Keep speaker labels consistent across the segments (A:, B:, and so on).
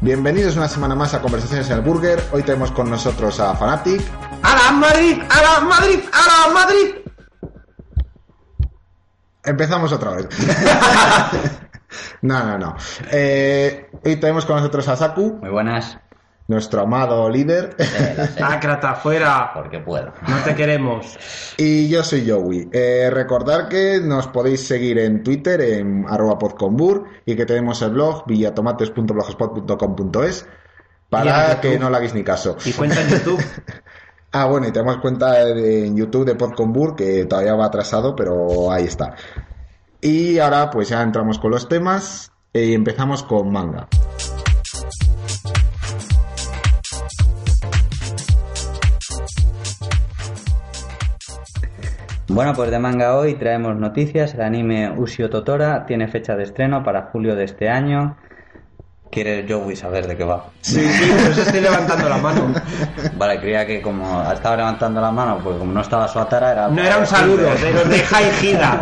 A: Bienvenidos una semana más a Conversaciones en el Burger. Hoy tenemos con nosotros a Fanatic.
B: ¡A la Madrid! ¡A la Madrid! ¡A la Madrid!
A: Empezamos otra vez. no, no, no. Eh, hoy tenemos con nosotros a Saku,
C: Muy buenas.
A: nuestro amado líder.
C: Eh, lo sé,
B: ¡Ácrata, afuera!
C: porque puedo.
B: No te queremos.
A: Y yo soy Joey. Eh, recordar que nos podéis seguir en Twitter, en arroba podconbur, y que tenemos el blog villatomates.blogspot.com.es
B: Y en
A: para
B: YouTube.
A: que no le hagáis ni caso.
B: Y cuenta en YouTube.
A: Ah, bueno, y tenemos cuenta de- en YouTube de Podconbur, que todavía va atrasado, pero ahí está. Y ahora pues ya entramos con los temas eh, y empezamos con manga.
C: Bueno, pues de manga hoy traemos noticias. El anime Usio Totora tiene fecha de estreno para julio de este año. ¿Quieres Joey saber de qué va?
B: Sí, sí, por eso estoy levantando la mano.
C: Vale, creía que como estaba levantando la mano, porque como no estaba su atara, era.
B: No era un saludo, de los de Haijida.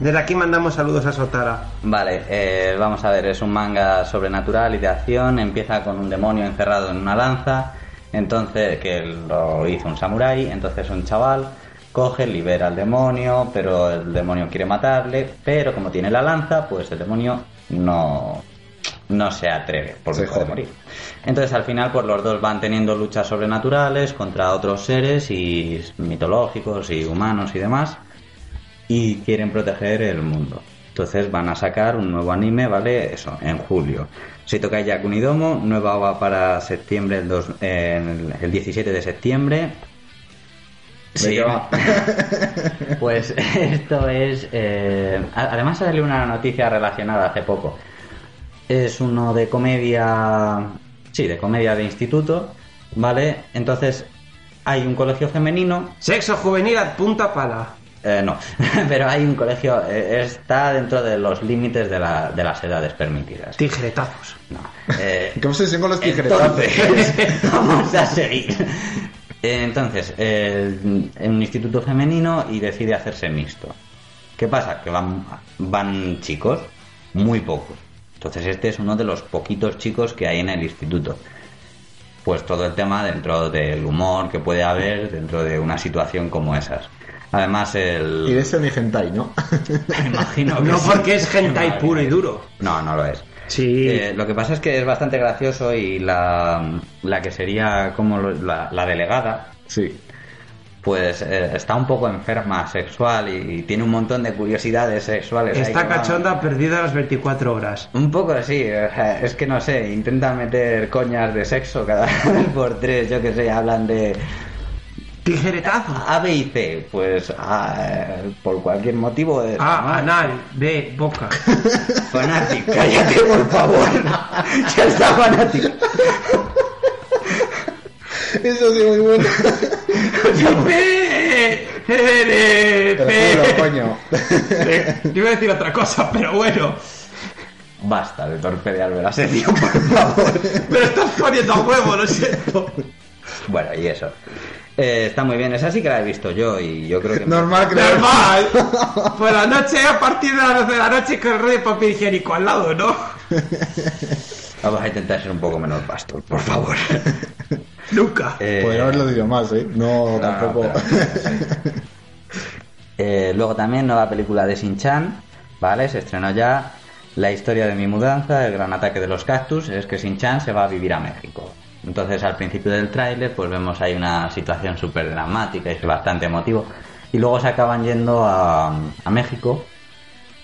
B: Desde aquí mandamos saludos a Sotara.
C: Vale, eh, vamos a ver, es un manga sobrenatural y de acción, empieza con un demonio encerrado en una lanza, entonces que lo hizo un samurái, entonces un chaval coge, libera al demonio, pero el demonio quiere matarle, pero como tiene la lanza, pues el demonio no no se atreve porque
A: Se
C: puede
A: jode.
C: morir. Entonces al final pues los dos van teniendo luchas sobrenaturales contra otros seres y mitológicos y humanos y demás y quieren proteger el mundo. Entonces van a sacar un nuevo anime, ¿vale? Eso, en julio. Si tocáis ya Kunidomo, nueva OVA para septiembre, el, dos- el, el 17 de septiembre. Sí,
A: qué va?
C: pues esto es... eh, a- además salió una noticia relacionada hace poco. Es uno de comedia... Sí, de comedia de instituto, ¿vale? Entonces hay un colegio femenino
B: Sexo juvenil a punta pala.
C: eh, no, pero hay un colegio, eh, está dentro de los límites de, la- de las edades permitidas.
B: Tijeretazos.
C: No. eh,
A: ¿Qué obsesión con los tijeretazos?
C: entonces, vamos a seguir. Eh, Entonces, el- en un instituto femenino y decide hacerse mixto. ¿Qué pasa? Que van, van chicos, muy pocos. Entonces este es uno de los poquitos chicos que hay en el instituto. Pues todo el tema dentro del humor que puede haber dentro de una situación como esas. Además el...
A: Y de ese mi hentai, ¿no?
C: Me imagino que
B: No
C: sí.
B: porque es hentai
C: Vale.
B: puro y duro.
C: No, no lo es.
B: Sí.
C: Eh, lo que pasa es que es bastante gracioso y la, la que sería como lo- la, la delegada,
A: Sí.
C: pues eh, está un poco enferma sexual y, y tiene un montón de curiosidades sexuales. ahí
B: Está
C: que van-
B: cachonda perdida las 24 horas.
C: Un poco así, o sea, es que no sé, intentan meter coñas de sexo cada vez por tres, yo que sé, hablan de
B: Tijeretazo.
C: A, B y C, pues ah, por cualquier motivo eh, es...
B: A,
C: normal.
B: anal, B, boca.
C: Fanatic, cállate por favor. ya está Fanatic.
A: Eso sí, muy bueno.
B: Pe- pe-
A: Te lo juro, coño.
B: pe- Yo iba a decir otra cosa, pero bueno.
C: Basta de eh, torpedearme la sección, por favor.
B: Pero estás poniendo a huevo, lo siento.
C: Bueno, y eso. Eh, está muy bien, esa sí que la he visto yo y yo creo que...
A: Normal que
B: Normal. Por la noche, a partir de las 12 de la noche, con el rollo de papel higiénico al lado, ¿no?
C: Vamos a intentar ser un poco menos bastos, por favor.
B: Nunca.
C: Eh,
A: Podría haberlo dicho más, ¿eh? No,
C: no,
A: tampoco.
C: pero- Eh, luego también nueva película de Shin-Chan, ¿vale? Se estrenó ya La historia de mi mudanza, el gran ataque de los cactus, es que Shin-Chan se va a vivir a México. Entonces al principio del tráiler pues vemos ahí una situación súper dramática y es bastante emotivo. Y luego se acaban yendo a, a México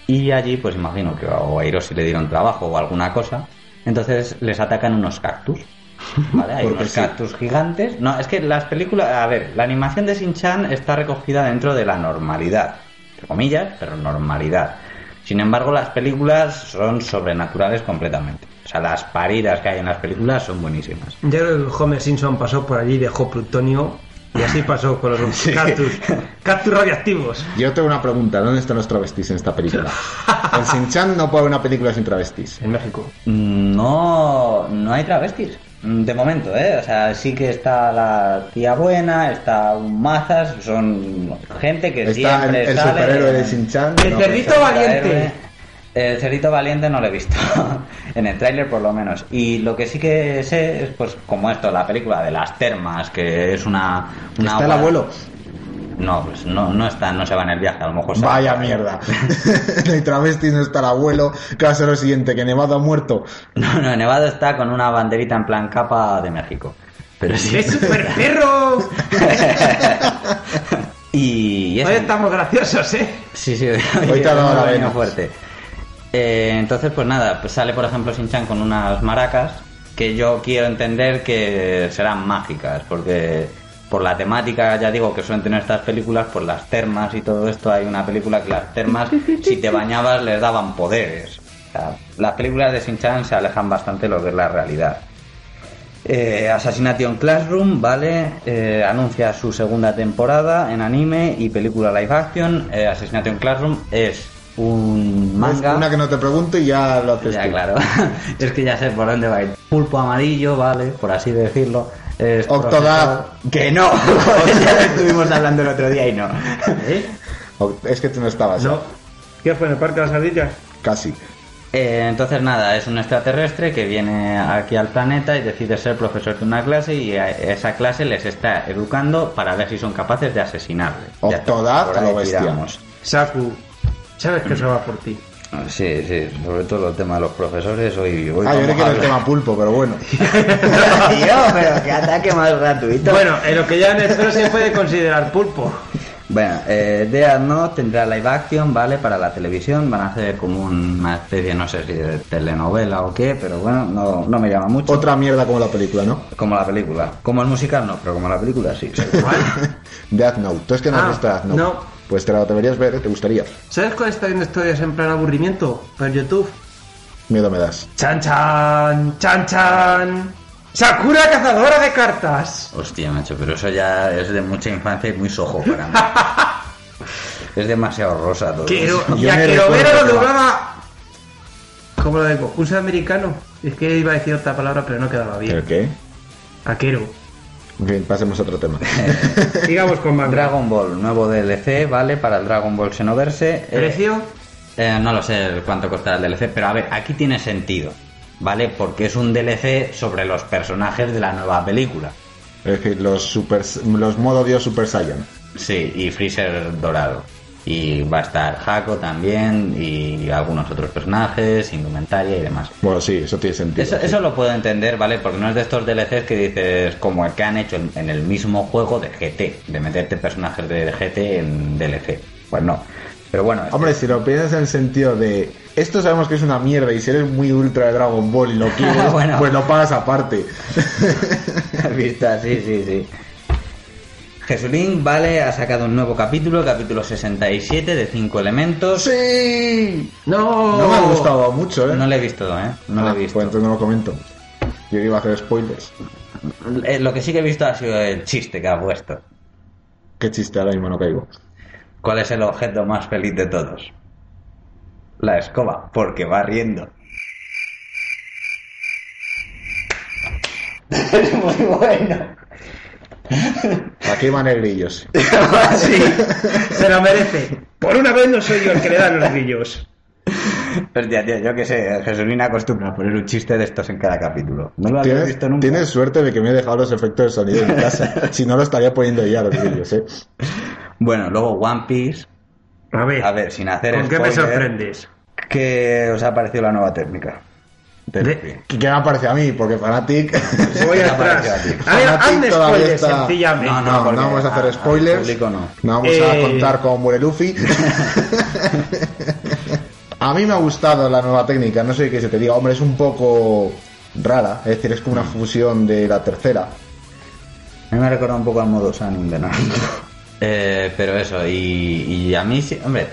C: y allí pues imagino que o a Hiroshi le dieron trabajo o alguna cosa. Entonces les atacan unos cactus. ¿Vale? Hay
A: Porque
C: unos
A: sí.
C: cactus gigantes. No, es que las películas. A ver, la animación de Shin-Chan está recogida dentro de la normalidad. Entre comillas, pero normalidad. Sin embargo, las películas son sobrenaturales completamente. O sea, las paridas que hay en las películas son buenísimas.
B: Ya el Homer Simpson pasó por allí y dejó plutonio. Y así pasó con los cactus. Cactus radiactivos.
A: Yo tengo una pregunta. ¿Dónde están los travestis en esta película? En Sinchan no puede haber una película sin travestis.
B: En México.
C: Mm, No, no hay travestis. Mm, De momento, ¿eh? O sea, sí que está la tía buena, está un mazas, son gente que
A: Está el,
C: siempre
A: el
C: sale
A: superhéroe de
C: en-
A: Sinchan.
B: El
A: no, pues,
B: cerdito
C: pero-
B: valiente.
C: Superhéroe. El Cerito Valiente no lo he visto, en el tráiler por lo menos. Y lo que sí que sé es, pues, como esto, la película de las termas, que es una... una
A: Está el
C: agua-
A: abuelo.
C: No, pues no, no está, no se va en el viaje, a lo mejor se va.
A: Vaya mierda. el travesti no está el abuelo. ¿Qué va a ser lo siguiente? Que Nevado ha muerto.
C: No, no, Nevado está con una banderita en plan capa de México. Pero sí.
B: ¡Es super perro!
C: Y, y es
B: Hoy estamos graciosos, ¿eh?
C: Sí, sí,
A: Hoy te ha dado la
C: venido
A: vena.
C: fuerte. Eh, entonces, pues nada, pues sale por ejemplo Sinchan con unas maracas que yo quiero entender que serán mágicas, porque por la temática, ya digo que suelen tener estas películas, por las termas y todo esto, hay una película que las termas, si te bañabas, les daban poderes. O sea, las películas de Sinchan se alejan bastante de lo que es la realidad. Eh, Assassination Classroom, ¿vale? Eh, anuncia su segunda temporada en anime y película live action. Eh, Assassination Classroom es un manga.
A: Es Una que no te pregunto y ya lo haces
C: Ya,
A: tú.
C: claro. es que ya sé por dónde va el pulpo amarillo, ¿vale? Por así decirlo. Es
A: Octodad.
C: profesor- Que no. ya estuvimos hablando el otro día y no.
B: ¿Eh?
A: O- Es que tú no estabas. ¿eh?
B: No. ¿Qué fue en el Parque de las Ardillas?
A: Casi.
C: Eh, entonces nada, es un extraterrestre que viene aquí al planeta y decide ser profesor de una clase y a esa clase les está educando para ver si son capaces de asesinarle. Ya está,
A: Octodad
C: por
A: a lo
C: ahí
A: bestia.
C: tiramos.
B: Saku, sabes que eso va por ti.
C: Sí, sí, sobre todo los temas de los profesores hoy... hoy
A: ah, yo
C: vamos
A: creo que era
C: a
A: el
C: hablar.
A: tema pulpo, pero bueno.
C: Tío, pero qué ataque más gratuito.
B: Bueno, en lo que ya en el cero se puede considerar pulpo.
C: Bueno, eh, Death Note tendrá live action, ¿vale? Para la televisión, van a hacer como una especie, no sé si de telenovela o qué, pero bueno, no, no me llama mucho.
A: Otra mierda como la película, ¿no?
C: Como la película. Como el musical no, pero como la película sí. Ah.
A: Death Note. Tú es que no
B: Ah,
A: has visto Death Note.
B: no.
A: Pues te la deberías ver, ¿eh? te gustaría.
B: ¿Sabes cuál está viendo historias en plan aburrimiento? Por YouTube.
A: Miedo me das.
B: Chan chan, chan chan. Sakura cazadora de cartas.
C: Hostia, macho, pero eso ya es de mucha infancia y muy sojo para mí. es demasiado rosa todo.
B: Quiero,
A: Yo
B: ya
A: me
B: quiero ver
A: recuerdo
B: a lo
A: que va.
B: doblaba. Como lo de Goku soy americano. Es que iba a decir otra palabra, pero no quedaba
A: ¿El
B: bien.
A: qué?
B: Aquero.
A: En fin, pasemos a otro tema.
B: Sigamos con manga.
C: Dragon Ball, nuevo DLC, ¿vale? Para el Dragon Ball Xenoverse. Eh,
B: ¿Precio?
C: Eh, no lo sé cuánto costará el DLC, pero a ver, aquí tiene sentido, ¿vale? Porque es un DLC sobre los personajes de la nueva película.
A: es decir, los super, los modo Dios Super Saiyan.
C: Sí, y Freezer dorado. Y va a estar Hako también, y algunos otros personajes, indumentaria y demás.
A: Bueno, sí, eso tiene sentido.
C: Eso, eso lo puedo entender, ¿vale? Porque no es de estos DLCs que dices como el que han hecho en, en el mismo juego de GT, de meterte personajes de GT en DLC. Pues no. Pero bueno, este-
A: Hombre, si lo piensas en el sentido de esto sabemos que es una mierda y si eres muy ultra de Dragon Ball y lo quieres,
C: Bueno.
A: pues lo pagas aparte.
C: Vista, sí, sí, sí. Jesulín, vale, ha sacado un nuevo capítulo, capítulo 67 de 5 elementos.
A: ¡Sí!
B: No.
A: No me ha gustado mucho, ¿eh?
C: Oh. No lo he visto, ¿eh? No lo
A: Ah,
C: he visto.
A: Pues entonces no lo comento. Yo que iba a hacer spoilers.
C: Eh, Lo que sí que he visto ha sido el chiste que ha puesto.
A: Qué chiste, ahora mismo no caigo.
C: ¿Cuál es el objeto más feliz de todos? La escoba, porque va riendo. Es muy bueno.
A: Aquí van negrillos.
B: Sí, se lo merece. Por una vez no soy yo el que le dan los grillos.
C: Hostia, tío, Pues yo qué sé, Jesulín acostumbra a poner un chiste de estos en cada capítulo. No lo había
A: ¿Tienes,
C: visto nunca.
A: tienes suerte de que me he dejado los efectos de sonido en casa. si no, lo estaría poniendo ya los vídeos, ¿eh?
C: Bueno, luego One Piece.
B: A ver,
C: A ver, sin hacer
B: ¿con qué me
C: spoiler,
B: sorprendes?
C: ¿Qué os ha parecido la nueva técnica? Del
B: De-
C: fin.
A: ¿Qué me parece a mí? Porque Fanatic...
B: Voy
C: ¿Qué
B: atrás.
C: te ha parecido
B: A ver,
A: Fanatic
B: hazme
A: todavía
B: spoilers,
A: está-
B: sencillamente.
C: No,
A: No, no,
C: porque
A: vamos a
C: a-
A: hacer
C: al
A: spoilers.
C: público no.
A: vamos
B: Eh.
A: a contar cómo muere Luffy. a mí me ha gustado la nueva técnica. No sé qué se te diga. Hombre, es un poco rara. Es decir, es como una
C: Mm.
A: fusión de la tercera.
C: A mí me ha recordado un poco al modo Sanin de Naruto. Eh, pero eso, y, y a mí, sí- hombre,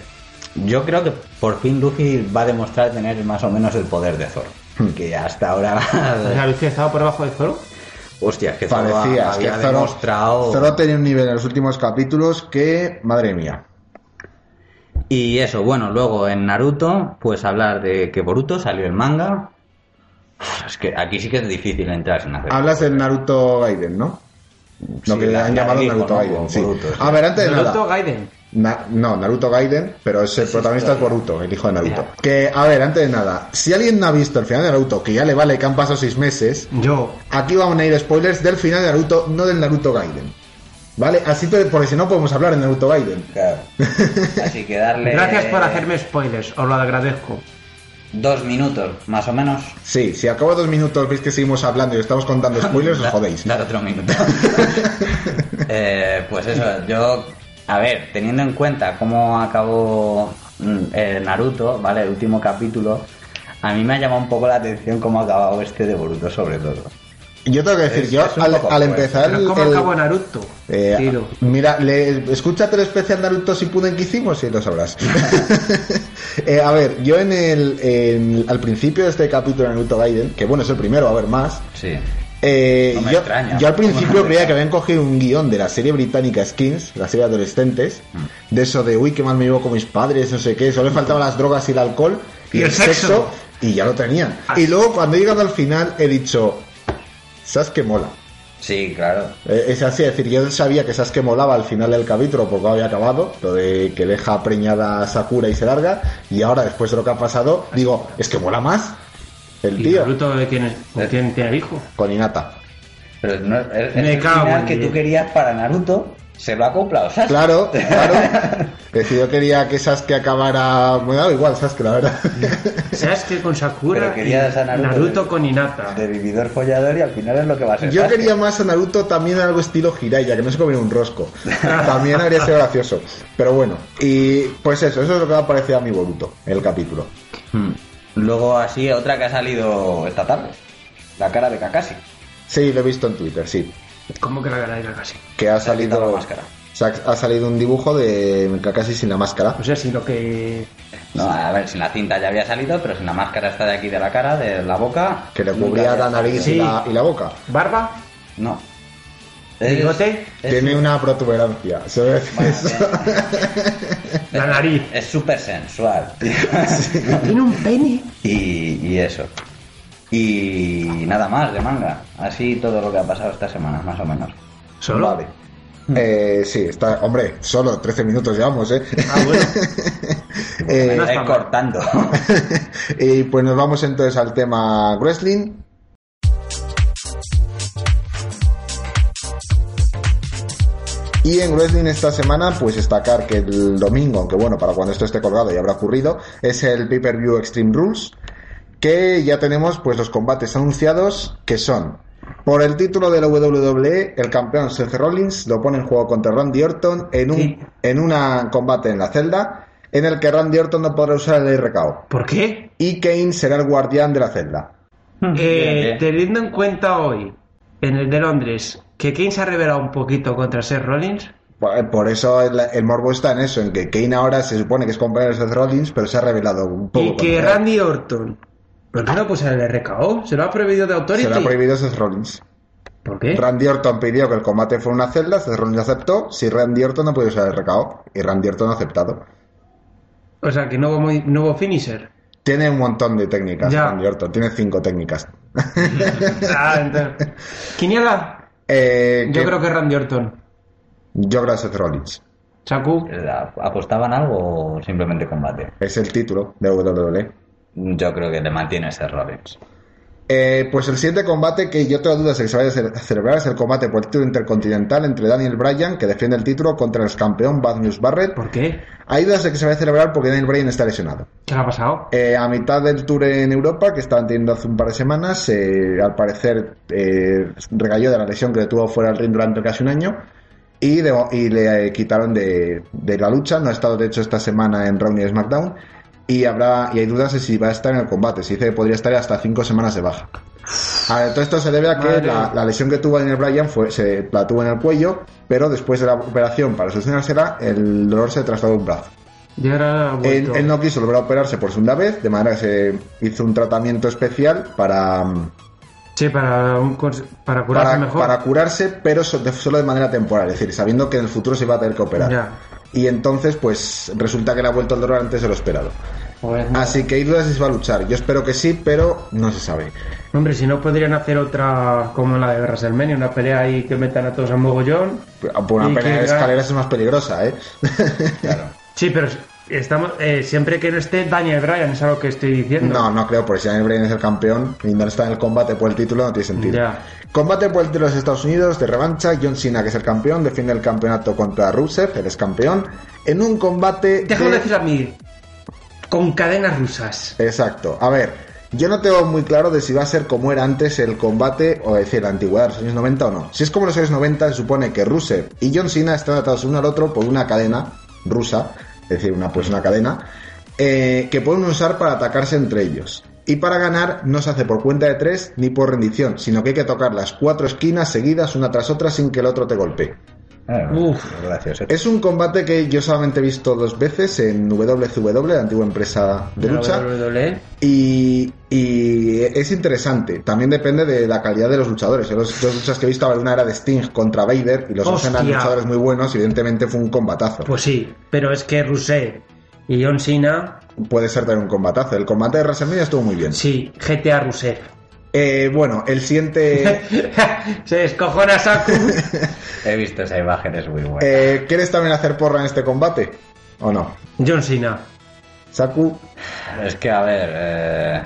C: yo creo que por fin Luffy va a demostrar tener más o menos el poder de Zoro. Que hasta ahora.
B: O sea, Lucía estaba por debajo de Zoro.
C: Hostia, es que Zoro ha-
A: Parecía
C: había
A: que Zoro,
C: demostrado.
A: Zoro tenía un nivel en los últimos capítulos que... Madre mía.
C: Y eso, bueno, luego en Naruto, pues hablar de que Boruto salió el manga. Ah, Uf, Es que aquí sí que es difícil entrar sin hacer.
A: Hablas del Naruto Gaiden, ¿no? Lo
C: Sí,
A: que
C: la-
A: han
C: la
A: llamado
C: misma,
A: Naruto
C: ¿no?
A: Gaiden. sí.
C: Boruto, sí.
A: A ver, antes de nada.
B: Naruto Gaiden.
A: Na- no, Naruto Gaiden, pero es el protagonista es Boruto, el hijo de Naruto.
C: Ya.
A: Que, a ver, antes de nada, si alguien no ha visto el final de Naruto, que ya le vale que han pasado seis meses,
B: Yo.
A: aquí van a ir spoilers del final de Naruto, no del Naruto Gaiden. ¿Vale? Así, te- porque si no podemos hablar de Naruto Gaiden.
C: Claro. Así que darle.
B: Gracias por hacerme spoilers, os lo agradezco.
C: Dos minutos, más o menos.
A: Sí, si acabo dos minutos veis que seguimos hablando y os estamos contando spoilers, os
C: Da-
A: jodéis.
C: Dar otro minuto. Eh, pues eso, yo. A ver, teniendo en cuenta cómo acabó mm, eh, Naruto, ¿vale? El último capítulo. A mí me ha llamado un poco la atención cómo ha acabado este de Boruto, sobre todo.
A: Yo tengo que decir,
C: Es-
A: yo
C: es un
A: al,
C: poco
A: al
C: fuerte.
A: empezar
B: Pero ¿cómo
A: el-
B: acabó Naruto?
A: eh,
B: Tiro.
A: mira, le, escúchate el especial Naruto si puden que hicimos y lo sabrás. Eh, a ver, yo en el, en- al principio de este capítulo de Naruto Gaiden, que bueno, es el primero, a ver más,
C: Sí.
A: eh,
C: No me
A: yo,
C: extraña.
A: yo al principio
C: No me
A: creía que
C: extraña.
A: habían cogido un guión de la serie británica Skins, la serie de adolescentes, de eso de, uy, qué mal me llevo con mis padres, no sé qué, solo le faltaban las drogas y el alcohol y,
B: Y
A: el
B: el sexo.
A: sexo, y ya lo tenían.
B: Ah.
A: Y luego cuando he llegado al final he dicho, ¿sabes qué mola?
C: Sí, claro.
A: Eh, Es así, es decir, yo sabía que Sasuke molaba al final del capítulo porque había acabado, lo de que deja preñada a Sakura y se larga, y ahora después de lo que ha pasado, digo, es que mola más el
B: ¿Y
A: tío
B: Naruto de quién, es-
C: Eh.
B: de quién tiene el hijo?
A: con Inata.
C: Pero no, es,
B: Me
C: el
B: cago
C: final
B: en
C: que
B: diez.
C: tú querías para Naruto se lo ha acoplado, ¿sabes?
A: Claro, claro. Es decir, yo quería que Sasuke acabara... Bueno, da igual Sasuke, la verdad.
B: Sasuke con Sakura
C: Pero querías
B: y
C: a Naruto.
B: con Hinata.
C: De vividor follador y al final es lo que va a ser.
A: Yo
C: Sasuke.
A: quería más a Naruto también algo estilo Jiraiya, que no se comiera un rosco. También habría sido gracioso. Pero bueno, y pues eso, eso es lo que me ha parecido a mi Boruto, el capítulo.
C: Hmm. Luego así otra que ha salido esta tarde. La cara de Kakashi.
A: Sí, lo he visto en Twitter, sí.
B: ¿Cómo que la ganaría casi?
A: que ha
C: Se ha
A: salido
C: quitado la máscara.
A: se ha, ha salido un dibujo de Kakashi sin la máscara
B: O sea, si lo que.
C: No, a ver, sin la cinta ya había salido, pero sin la máscara está de aquí de la cara, de la boca.
A: que le
C: nunca
A: cubría
C: había
A: la nariz
B: Sí.
A: y, la, y la boca
B: ¿Barba?
C: salido. No.
B: ¿Bigote?
C: es-
A: tiene una protuberancia se ve
C: Bueno,
B: La nariz.
C: Es súper sensual.
B: Tiene un pene.
C: Y, y eso. Y nada más de manga. Así todo lo que ha pasado esta semana, más o menos.
B: ¿Solo?
A: vale eh, sí está hombre solo 13 minutos llevamos eh
B: Ah, bueno.
A: Eh,
C: Me
B: no está
C: estoy
B: mal.
C: cortando.
A: y pues nos vamos entonces al tema wrestling Y en wrestling esta semana, pues destacar que el domingo, aunque bueno, para cuando esto esté colgado ya habrá ocurrido, es el pay-per-view Extreme Rules, que ya tenemos pues los combates anunciados, que son, por el título de la WWE, el campeón Seth Rollins lo pone en juego contra Randy Orton en un
C: Sí.
A: en una combate en la celda, en el que Randy Orton no podrá usar el RKO,
B: ¿Por qué?
A: y Kane será el guardián de la celda.
B: Eh,
C: Bien, bien.
B: teniendo en cuenta hoy, en el de Londres, que Kane se ha revelado un poquito contra Seth Rollins,
A: Por por eso el, el morbo está en eso, en que Kane ahora se supone que es compañero de Seth Rollins, pero se ha revelado un poco.
B: y que
A: contrario.
B: Randy Orton. ¿Por qué no puso el RKO? ¿Se lo ha prohibido de Authority?
A: Se lo ha prohibido a Seth Rollins.
B: ¿Por qué?
A: Randy Orton pidió que el combate fuera una celda, Seth Rollins aceptó, si Randy Orton no puede usar el RKO, y Randy Orton ha aceptado.
B: O sea, que no hubo, muy- no hubo finisher.
A: Tiene un montón de técnicas,
B: Ya.
A: Randy Orton, tiene cinco técnicas.
B: Ah, entonces- Quiniela,
A: Eh,
B: yo creo que Randy Orton.
A: yo creo que Seth Rollins.
B: Saku,
A: Eh.
C: ¿Apostaban algo o simplemente combate?
A: Es el título de E. WWE.
C: Yo creo que le mantiene ese Rollins.
A: Eh, pues el siguiente combate que yo tengo dudas de que se vaya a ce- a celebrar es el combate por el título intercontinental entre Daniel Bryan, que defiende el título, contra el campeón Bad News Barrett.
B: ¿por qué?
A: Hay dudas de que se vaya a celebrar porque Daniel Bryan está lesionado.
B: ¿Qué le ha pasado?
A: Eh, a mitad del tour en Europa, que estaban teniendo hace un par de semanas, eh, al parecer eh, recayó de la lesión que le tuvo fuera del ring durante casi un año y, de- y le eh, quitaron de, de la lucha. No ha estado, de hecho, esta semana en Raw ni en SmackDown y, habrá, y hay dudas de si va a estar en el combate. Se dice que podría estar hasta cinco semanas de baja. A ver, todo esto se debe a que
B: Madre.
A: la, la lesión que tuvo Daniel Bryan fue, se la tuvo en el cuello, pero después de la operación para solucionársela, el dolor se trasladó a un brazo.
B: Y ahora ha
A: Él,
B: vuelto.
A: él no quiso volver a operarse por segunda vez, de manera que se hizo un tratamiento especial para,
B: Sí, para, un cons- para curarse
A: para,
B: mejor.
A: para curarse, pero so- de- solo de manera temporal, es decir, sabiendo que en el futuro se iba a tener que operar.
B: Ya.
A: Y entonces, pues resulta que le ha vuelto el dolor antes de lo esperado.
B: Joder, no.
A: Así que hay dudas de si va a luchar. Yo espero que sí, pero no se sabe.
B: Hombre, si no podrían hacer otra como la de WrestleMania, una pelea ahí que metan a todos a mogollón.
A: Por
B: Y
A: una pelea
B: que
A: de
B: ya-
A: escaleras es más peligrosa, ¿eh?
B: Sí, pero estamos eh, siempre que no esté Daniel Bryan, es algo que estoy diciendo.
A: No, no creo, porque si Daniel Bryan es el campeón y no está en el combate por el título, no tiene sentido.
B: Ya.
A: Combate por el título de los Estados Unidos, de revancha, John Cena, que es el campeón, defiende el campeonato contra Rusev, el ex campeón, en un combate...
B: Déjame
A: de-
B: decir a mí, con cadenas rusas.
A: Exacto. A ver, yo no tengo muy claro de si va a ser como era antes el combate, o decir, la antigüedad de los años 90 o no. Si es como los años 90, se supone que Rusev y John Cena están atados uno al otro por una cadena rusa, es decir, una pues una cadena, eh, que pueden usar para atacarse entre ellos. Y para ganar no se hace por cuenta de tres ni por rendición, sino que hay que tocar las cuatro esquinas seguidas una tras otra sin que el otro te golpee.
C: Eh,
D: Ah,
B: Uf.
D: gracioso.
A: Es un combate que yo solamente he visto dos veces en WCW, la antigua empresa de lucha.
B: E WWE.
A: Y, y es interesante. También depende de la calidad de los luchadores. Yo Los dos luchas que he visto, a ver, una era de Sting contra Vader y los dos eran
B: Hostia.
A: luchadores muy buenos. y Evidentemente fue un combatazo.
B: Pues sí, pero es que Rusev y John Cena,
A: Puede ser también un combatazo. El combate de WrestleMania estuvo muy bien.
B: sí, GTA Rusev.
A: Eh, bueno, el siguiente.
B: Se descojona Saku.
C: He visto esa imagen, es muy buena.
A: eh, ¿Quieres también hacer porra en este combate? ¿O no?
B: John Cena.
A: Saku,
C: Es que, a ver, eh,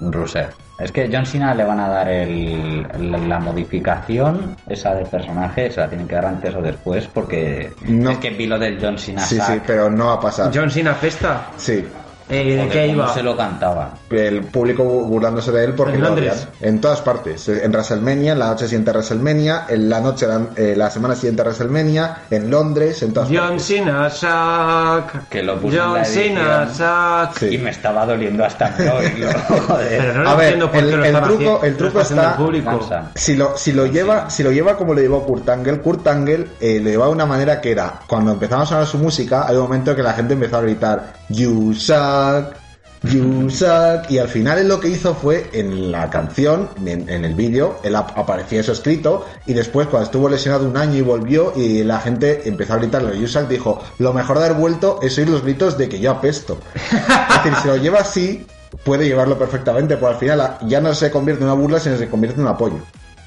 C: Rusev. Es que John Cena le van a dar el, la, la modificación esa del personaje, se la tienen que dar antes o después, porque
A: No.
C: es que vi lo del John Cena.
A: sí,
C: Sack.
A: sí, pero no va a pasar.
B: John Cena festa.
A: Sí,
B: Eh, ¿De
C: Joder,
B: qué
C: cómo
B: iba?
C: se lo cantaba.
A: el público bu- burlándose de él porque
B: En
A: lo
B: Londres.
A: odian. En todas partes. En WrestleMania, en la noche siguiente a WrestleMania, en la noche, eh, la semana siguiente a WrestleMania, en Londres, en todas
B: John
A: partes.
B: Cena sac.
C: Que lo puso en
B: John
C: la
B: Cena
C: edición.
B: sac.
A: Sí.
C: Y me estaba doliendo hasta no oírlo. joder.
B: Pero no lo
A: Eh, A ver,
B: entiendo por
A: el-
B: qué lo
A: el
B: están
A: truco-
B: haciendo-
A: el
B: lo
A: truco
B: haciendo
A: está-
B: el público.
C: Cansa.
A: Si lo, si lo lleva, si lo lleva como lo llevó Kurt Angle, Kurt Angle eh, lo llevaba de una manera que era, cuando empezaba a sonar su música, hay un momento que la gente empezó a gritar You suck, you suck, y al final él lo que hizo fue en la canción, en, en el vídeo, él ap- aparecía eso escrito, y después cuando estuvo lesionado un año y volvió, y la gente empezó a gritarle You suck, dijo, lo mejor de haber vuelto es oír los gritos de que yo apesto. Es decir, si lo lleva así, puede llevarlo perfectamente, pero al final ya no se convierte en una burla, sino se convierte en un apoyo.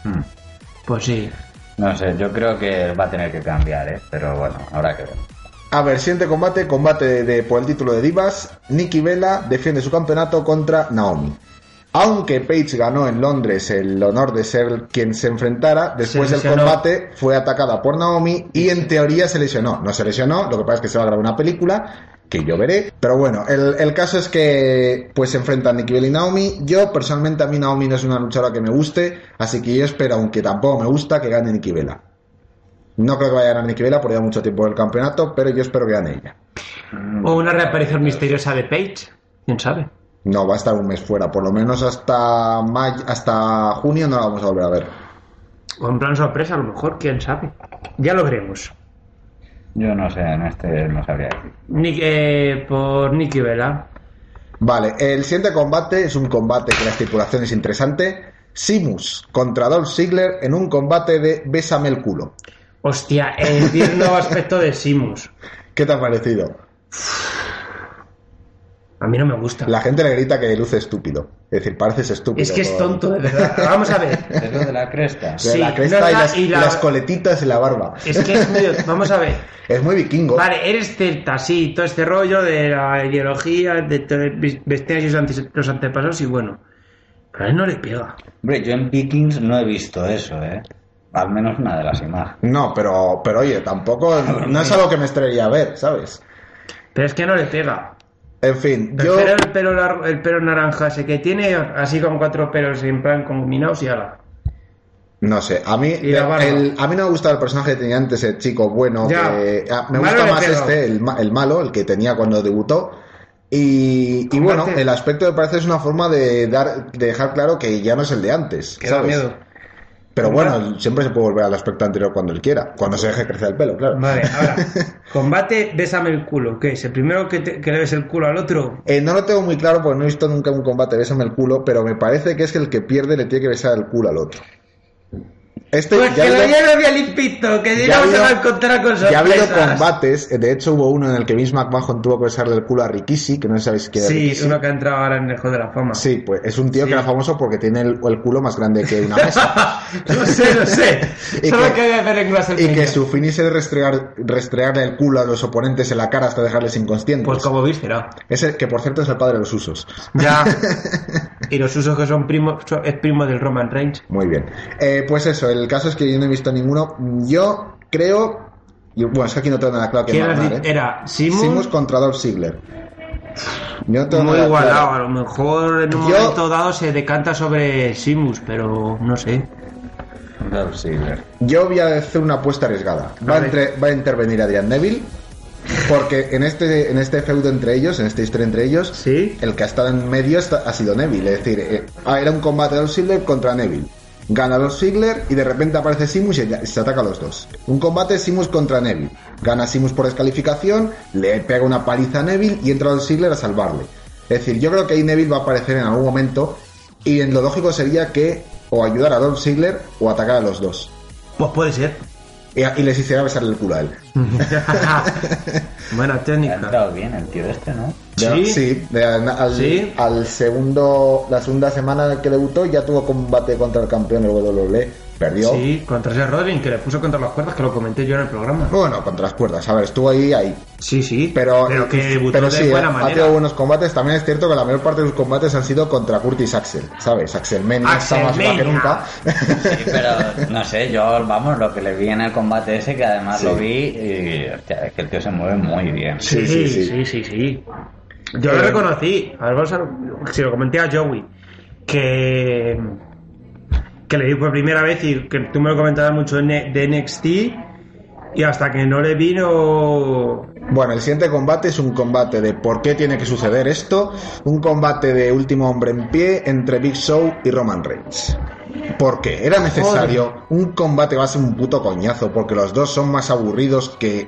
C: Hmm.
B: Pues sí.
C: No sé, yo creo que va a tener que cambiar, ¿eh? pero bueno, habrá que ver.
A: A ver, siguiente combate, combate de, de- por el título de Divas. Nikki Vela defiende su campeonato contra Naomi. Aunque Paige ganó en Londres el honor de ser quien se enfrentara, después
B: Se
A: del
B: lesionó.
A: combate fue atacada por Naomi y en teoría se lesionó. No se lesionó, lo que pasa es que se va a grabar una película que yo veré. Pero bueno, el, el caso es que pues se enfrentan Nikki Bella y Naomi. Yo personalmente a mí Naomi no es una luchadora que me guste, así que yo espero, aunque tampoco me gusta, que gane Nikki Vela. No creo que vaya a ganar Nikki Vela porque lleva mucho tiempo en el campeonato, pero yo espero que gane ella.
B: O una reaparición misteriosa de Page. ¿Quién sabe?
A: No, va a estar un mes fuera, por lo menos hasta mayo, hasta junio no la vamos a volver a ver.
B: O en plan sorpresa, a lo mejor. ¿Quién sabe? Ya lo veremos.
C: Yo no sé, en este no sabría decir.
B: Nick- eh, por Nicky Vela.
A: Vale, el siguiente combate es un combate que la estipulación es interesante. Simus contra Dolph Ziggler en un combate de Bésame el culo.
B: Hostia, el tierno aspecto de Simus.
A: ¿Qué te ha parecido?
B: A mí no me gusta.
A: La gente le grita que luce estúpido. Es decir, pareces estúpido.
B: es que es
A: con-
B: tonto, de verdad. Vamos a ver.
C: Es lo de la cresta.
A: De
B: Sí,
A: la cresta
B: no,
A: y,
B: la-
A: las,
B: y la-
A: las coletitas y la barba. Es,
B: Es que es medio. Vamos a ver.
A: muy vikingo.
B: Vale, eres celta, sí, todo este rollo de la ideología, de to- vestir a sus ante- los antepasados y bueno. Pero a él no le pega.
C: Hombre, yo en Vikings no he visto eso, ¿eh? Al menos una de las imágenes.
A: No, pero, pero oye, tampoco. No es algo que me estrellaría a ver, ¿sabes?
B: Pero es que no le pega.
A: En fin,
B: El,
A: yo.
B: pelo, el, pelo largo- el pelo naranja ese que tiene, así con cuatro pelos en plan combinados y ala.
A: No sé, a mí,
B: Y la barba.
A: el- a mí no me gusta el personaje que tenía antes, el chico bueno.
B: Ya.
A: que- ah, me gusta
B: Malo le
A: más
B: pegó.
A: este, el, ma- el malo, el que tenía cuando debutó. Y, y bueno,
B: Combate.
A: el aspecto me parece es una forma de, dar, de dejar claro que ya no es el de antes.
B: Que da
A: ¿sabes?
B: miedo.
A: Pero bueno,
B: Combate.
A: siempre se puede volver al aspecto anterior cuando él quiera, cuando se deje crecer el pelo, claro.
B: Vale, ahora. Combate, bésame el culo. ¿Qué es? ¿El primero que, te- que le ves el culo al otro?
A: Eh, no lo tengo muy claro porque no he visto nunca un combate, bésame el culo, pero me parece que es que el que pierde le tiene que besar el culo al otro. Este
B: Pues
A: ya
B: que lo
A: había-
B: lleve bien limpito, que
A: ya
B: ya se
A: ha
B: va a
A: habido-
B: encontrar con sorpresas.
A: Ya ha habido combates, eh, de hecho hubo uno en el que Vince McMahon tuvo que besarle el culo a Rikishi, que no sabéis quién es
B: Sí,
A: Rikishi.
B: uno que ha entrado ahora en el Juego de la Fama.
A: Sí, pues es un tío
B: Sí.
A: que era famoso porque tiene el, el culo más grande que una mesa.
B: Lo sé, lo sé.
A: Y
B: Solo
A: que-
B: que, voy a hacer en clase el
A: y que
B: primer.
A: su finish es restregar, restregarle el culo a los oponentes en la cara hasta dejarles inconscientes.
B: Pues como víscera.
A: Es el- que por cierto es el padre de los usos.
B: Ya. y los usos que son primos, son- es primo del Roman Reigns.
A: Muy bien. Eh, pues eso, el caso es que yo no he visto ninguno. Yo creo. y bueno, es que aquí no tengo nada claro que
B: ¿Quién has
A: mandar,
B: dicho?
A: ¿eh?
B: Era Simus,
A: Simus contra Dolph Ziggler. Yo no tengo
B: muy
A: nada claro.
B: igualado. A lo mejor en un
A: Yo-
B: momento dado se decanta sobre Simus, pero no sé.
C: Dolph Ziggler.
A: Yo voy a hacer una apuesta arriesgada. Va
B: A
A: a,
B: ver.
A: entre- va a intervenir Adrian Neville. Porque en este, en este feudo entre ellos, en esta historia entre ellos,
B: Sí.
A: el que ha estado en medio está- ha sido Neville. Es decir, eh, ah, era un combate de Dolph Ziggler contra Neville. Gana Dolph Ziggler y de repente aparece Simus y ya- se ataca a los dos. Un combate Simus contra Neville. Gana Simus por descalificación, le pega una paliza a Neville y entra Dolph Ziggler a salvarle. Es decir, yo creo que ahí Neville va a aparecer en algún momento y en lo lógico sería que o ayudar a Dolph Ziggler o atacar a los dos.
B: Pues puede ser.
A: Y, y les hiciera besarle el culo a él.
B: Buena
C: Ha
B: técnica.
C: entrado bien el tío este, ¿no?
A: De-
B: ¿Sí?
A: de- al,
B: ¿Sí?
A: al segundo, la segunda semana que debutó ya tuvo combate contra el campeón del WWE. Perdió.
B: Sí, contra ese Rodríguez, que le puso contra las cuerdas, que lo comenté yo en el programa.
A: Bueno, contra las cuerdas, a ver, estuvo ahí, ahí.
B: Sí, sí.
A: Pero,
B: que debutó
A: pero
B: de
A: sí, eh,
B: buena
A: ha
B: manera.
A: tenido buenos combates. También es cierto que la mayor parte de los combates han sido contra Curtis Axel, ¿sabes? Axel Mania está más baja que
B: Axelmania.
A: nunca.
C: Sí, pero no sé, yo, vamos, lo que le vi en el combate ese, que además
A: Sí.
C: lo vi, y hostia, es que el tío se mueve muy bien.
B: Sí, sí, sí, sí, sí. Yo
A: Eh,
B: lo reconocí. A ver, vamos a- si lo comenté a Joey, que, que le vi por primera vez y que tú me lo comentabas mucho en- E- de NXT y hasta que no le vino...
A: Bueno, el siguiente combate es un combate de por qué tiene que suceder esto, un combate de último hombre en pie entre Big Show y Roman Reigns. ¿Por qué? Era necesario un combate va a ser un puto coñazo, porque los dos son más aburridos que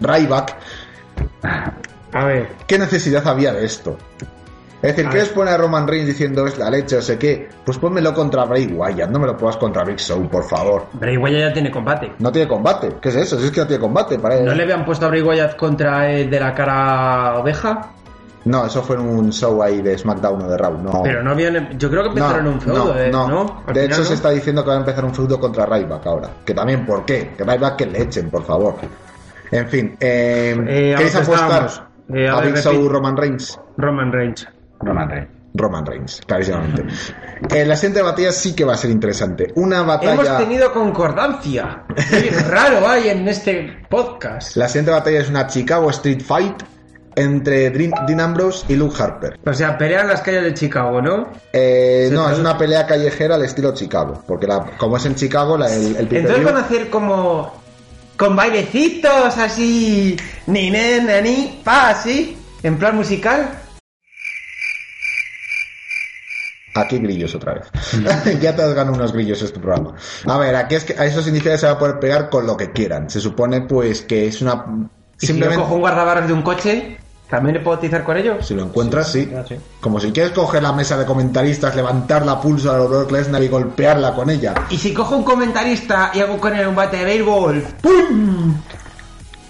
A: Ryback.
B: A ver,
A: ¿Qué necesidad había de esto? Es decir,
B: A
A: ¿quieres
B: ver.
A: poner a Roman Reigns diciendo es la leche o sé qué? Pues pónmelo contra Bray Wyatt, no me lo pongas contra Big Show, por favor.
B: Bray Wyatt ya tiene combate.
A: No tiene combate, ¿qué es eso? Si es que no tiene combate, para
B: ¿No le habían puesto a Bray Wyatt contra el de la cara oveja?
A: No, eso fue en un show ahí de SmackDown o de Raw, no.
B: Pero no habían... Yo creo que empezaron un feudo, ¿eh? ¿no? Al
A: De
B: final
A: hecho,
B: no.
A: se está diciendo que va a empezar un feudo contra Ryback ahora. Que también, ¿por qué? Que Ryback que le echen, por favor. En fin, eh,
B: Eh, ¿a
A: ¿queréis
B: dónde
A: apostar
B: estábamos? Eh, a
A: a
B: ver,
A: Big Show
B: repite.
A: Roman Reigns?
B: Roman Reigns.
C: Roman Reigns.
A: Roman Reigns, clarísimamente. Eh, la siguiente batalla sí que va a ser interesante. Una batalla.
B: Hemos tenido concordancia. Qué raro hay en este podcast.
A: La siguiente batalla es una Chicago Street Fight entre Dream- Dean Ambrose y Luke Harper.
B: O sea, pelean las calles de Chicago, ¿no?
A: Eh,
B: Se
A: no, es
B: traduce-
A: una pelea callejera al estilo Chicago. Porque la- como es en Chicago, la- el, el
B: Entonces
A: pay-per-view-
B: van a hacer como. con bailecitos así. ni ne, na, ni, pa, así. En plan musical.
A: Aquí grillos otra vez. ya te has ganado unos grillos este programa. A ver, aquí es que a eso significa que se va a poder pegar con lo que quieran. Se supone pues que es una
B: Y si yo cojo
A: simplemente
B: un guardabarros de un coche, ¿también le puedo utilizar con ellos?
A: si lo encuentras, sí.
C: sí.
A: Como si quieres coger la mesa de comentaristas, levantar la pulsa de Brock Lesnar y golpearla con ella.
B: Y si cojo un comentarista y hago con él un bate de béisbol, ¡pum!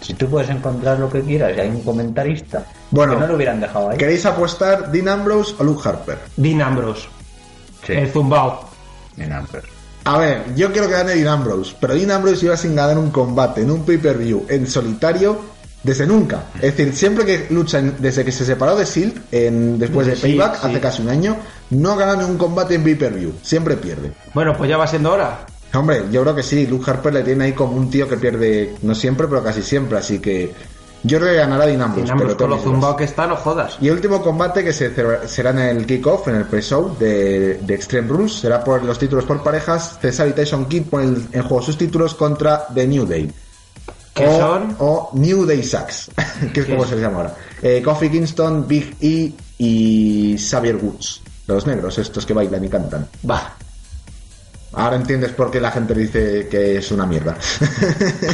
C: Si tú puedes encontrar lo que quieras, y hay un comentarista,
A: Bueno.
C: que no lo hubieran dejado ahí.
A: ¿Queréis apostar Dean Ambrose o Luke Harper?
B: Dean Ambrose, el
C: Sí,
B: zumbao.
C: Dean Ambrose.
A: A ver, yo quiero que gane Dean Ambrose, pero Dean Ambrose iba sin ganar un combate en un pay-per-view en solitario desde nunca.
B: Mm.
A: Es decir, siempre que lucha, en- desde que se separó de Shield en, después de
B: Sí,
A: Payback
B: sí.
A: hace casi un año, no gana ningún combate en pay-per-view, siempre pierde.
B: Bueno, pues ya va siendo hora.
A: Hombre, yo creo que sí, Luke Harper le tiene ahí como un tío que pierde, no siempre, pero casi siempre, así que yo creo Pues que ganará Dean Ambrose.
B: Dean Ambrose,
A: pero
B: con lo
A: mis dudas.
B: zumbao que está, no jodas.
A: Y el último combate que se celebra- será en el kickoff, en el pre-show de, de Extreme Rules, será por los títulos por parejas. Cesar y Tyson Kidd ponen en juego sus títulos contra The New Day.
B: Que
A: o,
B: son.
A: o New Day Sucks, que es como se les llama ahora. Eh, Kofi Kingston, Big E y Xavier Woods. Los negros, estos que bailan y cantan.
B: Va.
A: Ahora entiendes por qué la gente dice que es una mierda.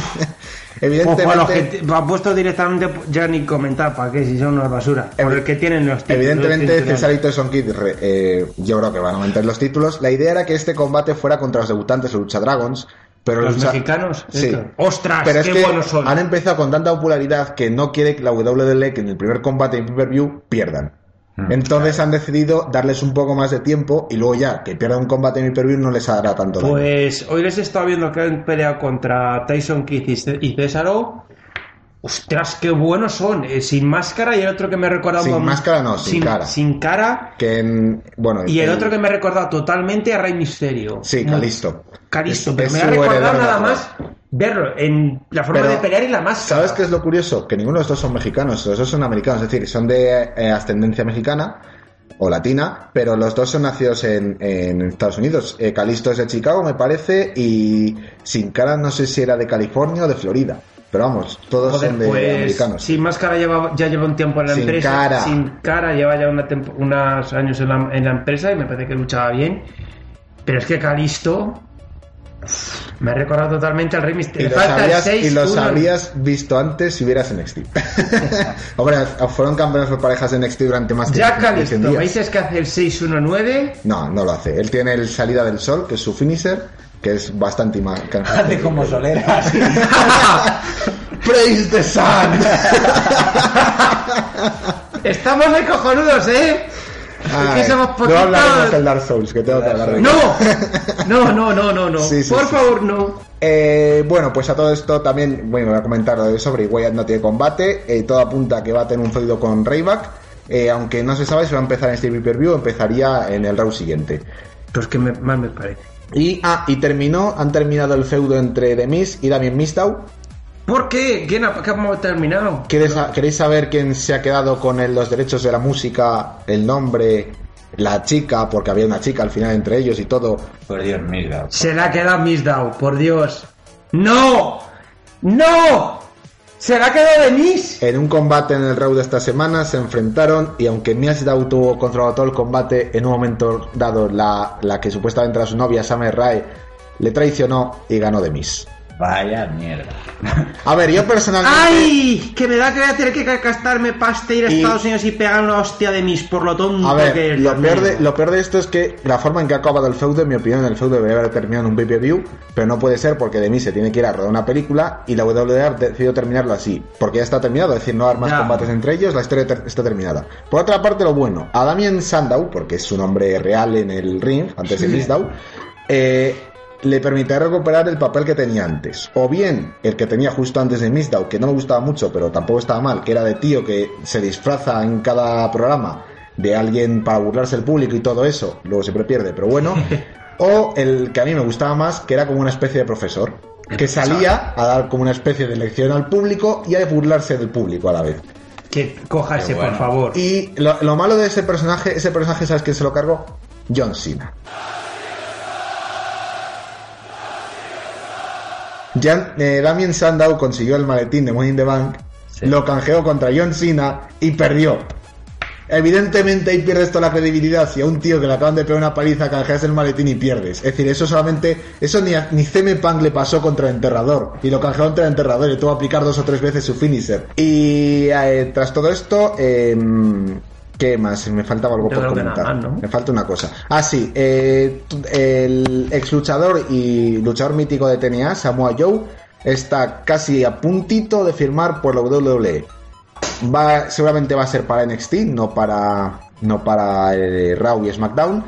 B: Ojo a los que
A: evidentemente,
B: te- ha puesto directamente ya ni comentar para qué si son una basura. Por
A: Evi-
B: el que tienen los títulos.
A: evidentemente
B: titulares.
A: Cesarito son Kid, re- eh, yo creo que van a aumentar los títulos. La idea era que este combate fuera contra los debutantes de Lucha Dragons, pero
B: los
A: lucha-
B: mexicanos.
A: Sí.
B: estos. Ostras,
A: Pero es
B: qué
A: que
B: buenos son.
A: han empezado con tanta popularidad que no quiere que la WWE, que en el primer combate en pay-per-view, pierdan.
C: Mm,
A: Entonces han decidido darles un poco más de tiempo y luego ya que pierdan un combate en pay-per-view no les hará tanto daño.
B: Pues hoy les he estado viendo que han peleado contra Tyson Kidd y C- y Cesaro. Ostras, qué buenos son. Eh, sin máscara y el otro que me ha recordado.
A: Sin
B: a-
A: máscara no, sin cara.
B: Sin cara.
A: Que en- bueno,
B: Y el otro que me ha recordado totalmente a Rey Misterio.
A: Sí,
B: Muy-
A: Calisto.
B: Calisto,
A: Es-
B: pero
A: es
B: me
A: su
B: ha recordado
A: heredero
B: nada
A: natural.
B: más verlo en la forma
A: Pero,
B: de pelear y la máscara.
A: ¿Sabes qué es lo curioso? Que ninguno de los dos son mexicanos, los dos son americanos, es decir, son de eh, ascendencia mexicana o latina, pero los dos son nacidos en, en Estados Unidos. Eh, Calisto es de Chicago, me parece, y Sin Cara no sé si era de California o de Florida, pero vamos, todos
B: Joder,
A: son de
B: pues,
A: americanos.
B: Sin máscara lleva, ya lleva un tiempo en la
A: Sin
B: empresa.
A: cara.
B: Sin cara lleva ya una tempo- unos años en la, en la empresa y me parece que luchaba bien. Pero es que Calisto uf, me ha recordado totalmente al Rey
A: Y
B: Misterio.
A: los,
B: Falta el
A: habrías, y
B: 6,
A: los
B: uno.
A: habrías visto antes si vieras NXT. Hombre, fueron campeones por parejas de NXT durante más
B: Ya
A: tiempo, 15
B: Calisto, me
A: días.
B: dices que hace el 6-1-9.
A: No, no lo hace. Él tiene el Salida del Sol, que es su finisher, que es bastante más.
C: Hace como soleras.
A: Praise the Sun.
B: Estamos de cojonudos, ¿eh? Es que somos
A: no
B: poquitos.
A: hablaremos del Dark Souls, que tengo que hablar de
B: No, no, no, no, no, no.
A: Sí, sí,
B: Por
A: sí.
B: favor, no.
A: Eh, bueno, pues a todo esto también, bueno, voy a comentar lo de sobre Wyatt no tiene combate, eh, todo apunta a que va a tener un feudo con Rayback, eh, aunque no se sabe si va a empezar en este pay-per-view o empezaría en el round siguiente.
B: Pues que me- más me parece.
A: Y, ah, y terminó, han terminado el feudo entre The Miz y Damien Mistau.
B: ¿Por qué? ¿Quién ha, qué hemos terminado?
A: ¿Queréis, queréis saber quién se ha quedado con el- los derechos de la música, el nombre, la chica, porque había una chica al final entre ellos y todo?
C: Por Dios, mira.
B: Se la queda Miss Dow, por Dios. ¡No! ¡No! ¡Se la queda Denise!
A: En un combate en el Raw de esta semana se enfrentaron y aunque Mizdow tuvo controlado todo el combate, en un momento dado la, la que supuestamente era su novia, Summer Rae, le traicionó y ganó de Miz.
C: Vaya mierda.
A: A ver, yo personalmente...
B: ¡Ay! Que me da que voy a tener que gastarme pasta ir a
A: Y-
B: Estados Unidos y pegar una hostia de Miss por lo tonto
A: A
B: que es.
A: ver, lo
B: Dios
A: peor,
B: mío.
A: de, lo peor de esto es que la forma en que ha acabado el feudo, en mi opinión, el feudo debería haber terminado en un pay-per-view, pero no puede ser porque de mí se tiene que ir a rodar una película y la WWE ha decidido terminarlo así, porque ya está terminado, es decir, no va a haber más
B: Ya.
A: combates entre ellos, la historia ter- está terminada. Por otra parte, lo bueno, a Damien Sandow, porque es su nombre real en el ring, antes de Mizdow, eh, le permitirá recuperar el papel que tenía antes. O bien el que tenía justo antes de Mizdow, que no me gustaba mucho, pero tampoco estaba mal, que era de tío que se disfraza en cada programa de alguien para burlarse del público y todo eso. Luego siempre pierde, pero bueno. O el que a mí me gustaba más, que era como una especie de profesor. Que salía a dar como una especie de lección al público y a burlarse del público a la vez.
B: Que coja ese,
C: Qué bueno.
B: por favor.
A: Y lo, lo malo de ese personaje, ese personaje, ¿sabes quién se lo cargó? John Cena. Jan- eh, Damien Sandow consiguió el maletín de Money in the Bank,
C: Sí.
A: lo canjeó contra John Cena y perdió. Evidentemente ahí pierdes toda la credibilidad si a un tío que le acaban de pegar una paliza canjeas el maletín y pierdes. Es decir, eso solamente, eso ni a, ni CM Punk le pasó contra el enterrador. Y lo canjeó contra el enterrador y tuvo a aplicar dos o tres veces su finisher. Y eh, tras todo esto, eh, ¿qué más? Me faltaba algo
B: Yo
A: por
B: creo que nada
A: comentar.
B: más, ¿no?
A: Me falta una cosa. Ah, sí, eh, t- el ex luchador y luchador mítico de TNA, Samoa Joe, está casi a puntito de firmar por la E. WWE va, seguramente va a ser para NXT, no para, no para eh, Raw y SmackDown.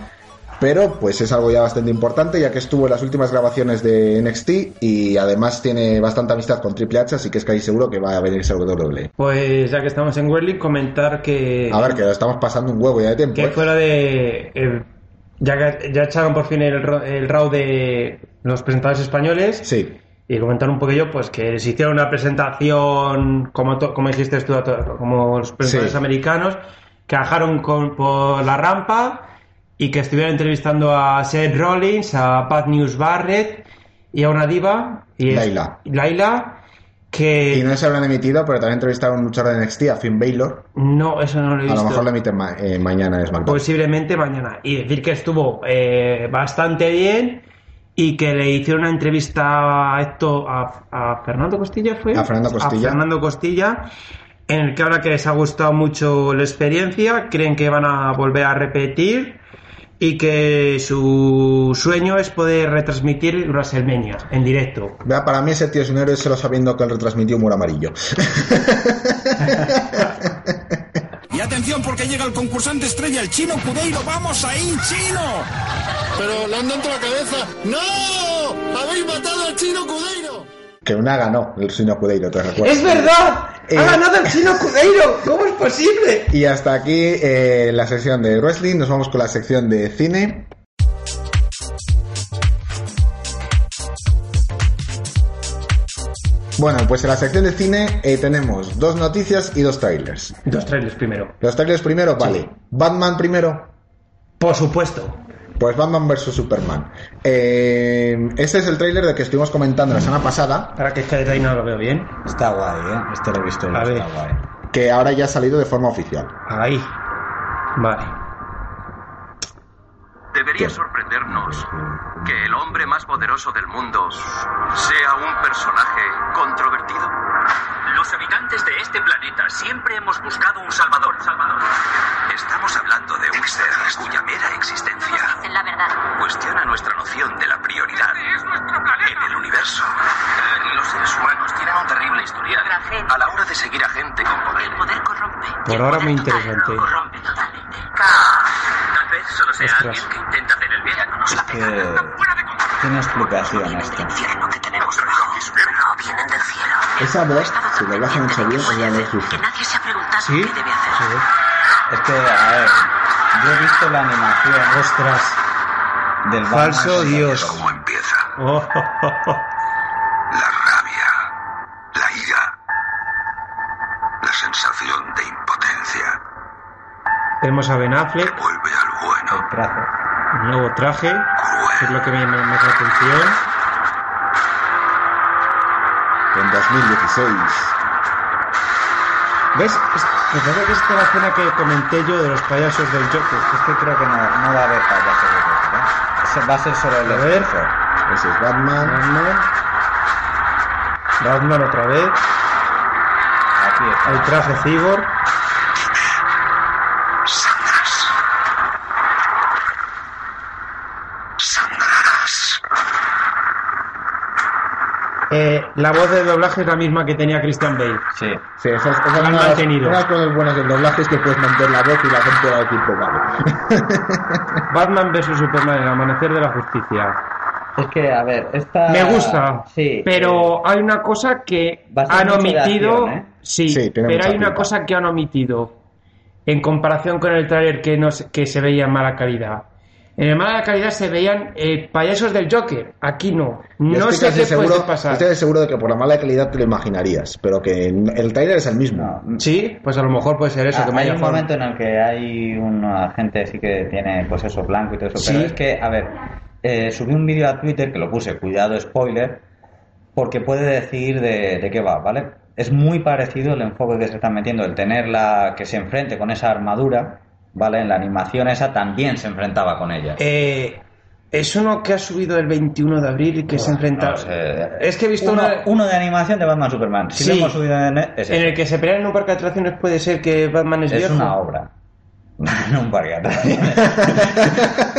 A: Pero pues es algo ya bastante importante, ya que estuvo en las últimas grabaciones de NXT y además tiene bastante amistad con Triple H, así que es que ahí seguro que va a venir a WWE.
B: Pues ya que estamos en Welling, comentar que.
A: A ver, que lo estamos pasando un huevo ya de tiempo.
B: Que
A: ¿eh?
B: fue lo de. eh, ya, que- ya echaron por fin el, ro- el round de los presentadores españoles.
A: Sí,
B: Y comentar un poquillo, pues que se hicieron una presentación, como, to- como dijiste tú, a to- como los presentadores
A: Sí.
B: americanos, que bajaron con, por la rampa y que estuvieron entrevistando a Seth Rollins, a Pat News Barrett y a una diva. Y es-
A: Layla.
B: Layla, que.
A: y no se habrán emitido, pero también entrevistaron a un luchador de NXT, a Finn Baylor.
B: No, eso no lo he
A: A
B: visto.
A: lo mejor lo emiten ma- eh,
B: Pues
A: mañana en SmackDown.
B: Posiblemente mañana. Y decir que estuvo eh, bastante bien y que le hicieron una entrevista a esto a, a Fernando Costilla fue
A: A Fernando Costilla.
B: Fernando Costilla, en el que habla que les ha gustado mucho la experiencia creen que van a volver a repetir y que su sueño es poder retransmitir WrestleMania en directo
A: Vea, Para mí ese tío es un héroe solo sabiendo que él retransmitió Humor Amarillo.
D: Y atención porque llega el concursante estrella, el chino Cudeiro. ¡Vamos ahí, chino!
E: Pero le han dado la cabeza. ¡No! ¡Habéis matado al chino Cudeiro!
A: que una ganó el Sino Cudeiro, te recuerdo.
B: ¡Es verdad!
A: Pues Eh.
B: ¡Ha ganado el chino Cudeiro! ¿Cómo es posible?
A: Y hasta aquí eh, la sección de wrestling. Nos vamos con la sección de cine. Bueno, pues en la sección de cine eh, tenemos dos noticias y dos trailers.
B: Dos trailers primero.
A: Los trailers primero, vale. Batman primero.
B: Por supuesto.
A: Pues Batman vs Superman. Eh, este es el trailer del que estuvimos comentando la semana pasada,
B: Ahora que es que de ahí no lo veo bien.
C: Está guay, ¿eh? Este lo he visto yo,
B: A ver.
C: está guay.
A: que ahora ya ha salido de forma oficial.
B: Ahí. Vale.
F: Debería sorprendernos que el hombre más poderoso del mundo sea un personaje controvertido. Los habitantes de este planeta siempre hemos buscado un salvador. Estamos hablando de un ser cuya mera existencia
G: dicen la verdad.
F: cuestiona nuestra noción de la prioridad en el universo. Eh, los seres humanos tienen un terrible historial a la hora de seguir a gente con poder. El poder corrompe.
B: Por ahora muy interesante.
F: Tal vez solo sea
B: Ostras.
F: alguien que intenta hacer el bien. No nos la
C: pega. Eh, Tiene explicación esto.
G: este
F: infierno que tenemos abajo. No, vienen del cielo.
A: Esa voz, si lo bajan mucho bien, es la de Lucifer.
G: Nadie se ha preguntado
B: ¿Sí?
G: qué debe hacer.
C: Es que, a ver, yo he visto la animación
B: Ostras.
C: del Batman
B: Falso
C: contra
B: Dios.
F: ¿Cómo empieza?
B: Oh, oh, oh, oh.
F: La rabia, la ira, la sensación de impotencia
B: Tenemos a Ben Affleck,
F: vuelve al bueno
C: El trazo.
B: un nuevo traje, que es
F: cruel.
B: lo que me llama más la atención.
A: En 2016.
B: ¿Ves? Es- Me parece que es esta la escena que comenté yo de los payasos del Joker.
C: Es que creo que no, no va a haber payaso de Joker, ¿eh? Se- Va a ser solo el
B: A ver.
C: esfuerzo.
A: Ese es Batman.
B: Batman. Batman otra vez.
C: Aquí está.
B: El traje Cyborg.
F: Sangrarás. Sangrarás.
B: Eh, la voz del doblaje es la misma que tenía Christian Bale.
C: Sí.
A: Sí, esa es, esa es
B: Han
A: una, de las-
B: mantenido.
A: una de las cosas buenas del doblaje es que puedes mantener la voz y la gente va a decir, pues vale.
B: Batman vs Superman, el amanecer de la justicia.
C: Es que, a ver, esta...
B: Me gusta,
C: Ah, Sí. eh,
B: pero hay una cosa que
C: Va a ser
B: han
C: mucho de
B: omitido.
C: acción, ¿eh?
B: Sí,
A: Sí, tiene
B: pero
A: mucha
B: hay una
A: pinta.
B: cosa que han omitido en comparación con el tráiler que, no, se- que se veía en mala calidad. En el mala calidad se veían eh, payasos del Joker. Aquí no.
A: Yo
B: No
A: estoy
B: sé
A: casi
B: qué
A: seguro,
B: puede pasar.
A: Estoy seguro de que por la mala calidad te lo imaginarías, pero que el trailer es el
C: eh,
A: mismo.
B: Sí, pues a lo mejor puede ser eso.
C: Ah,
B: que me
C: hay
B: haya
C: un
B: form-
C: momento en el que hay una gente sí que tiene pues eso blanco y todo eso
B: Sí.
C: pero es que a ver eh, subí un vídeo a Twitter que lo puse cuidado spoiler porque puede decir de, de qué va vale es muy parecido el enfoque que se están metiendo el tenerla que se enfrente con esa armadura vale en la animación esa también se enfrentaba con ella
B: Eh, es uno que ha subido el 21 de abril y que se enfrenta.
C: No sé.
B: Es que he visto
C: eh, uno,
B: una-
C: uno de animación de Batman Superman si
B: Sí.
C: lo hemos subido en, e- es
B: en
C: ese.
B: el que se pelean en un parque de atracciones. Puede ser que Batman es,
C: es
B: viejo.
C: una obra no un parque de atracciones.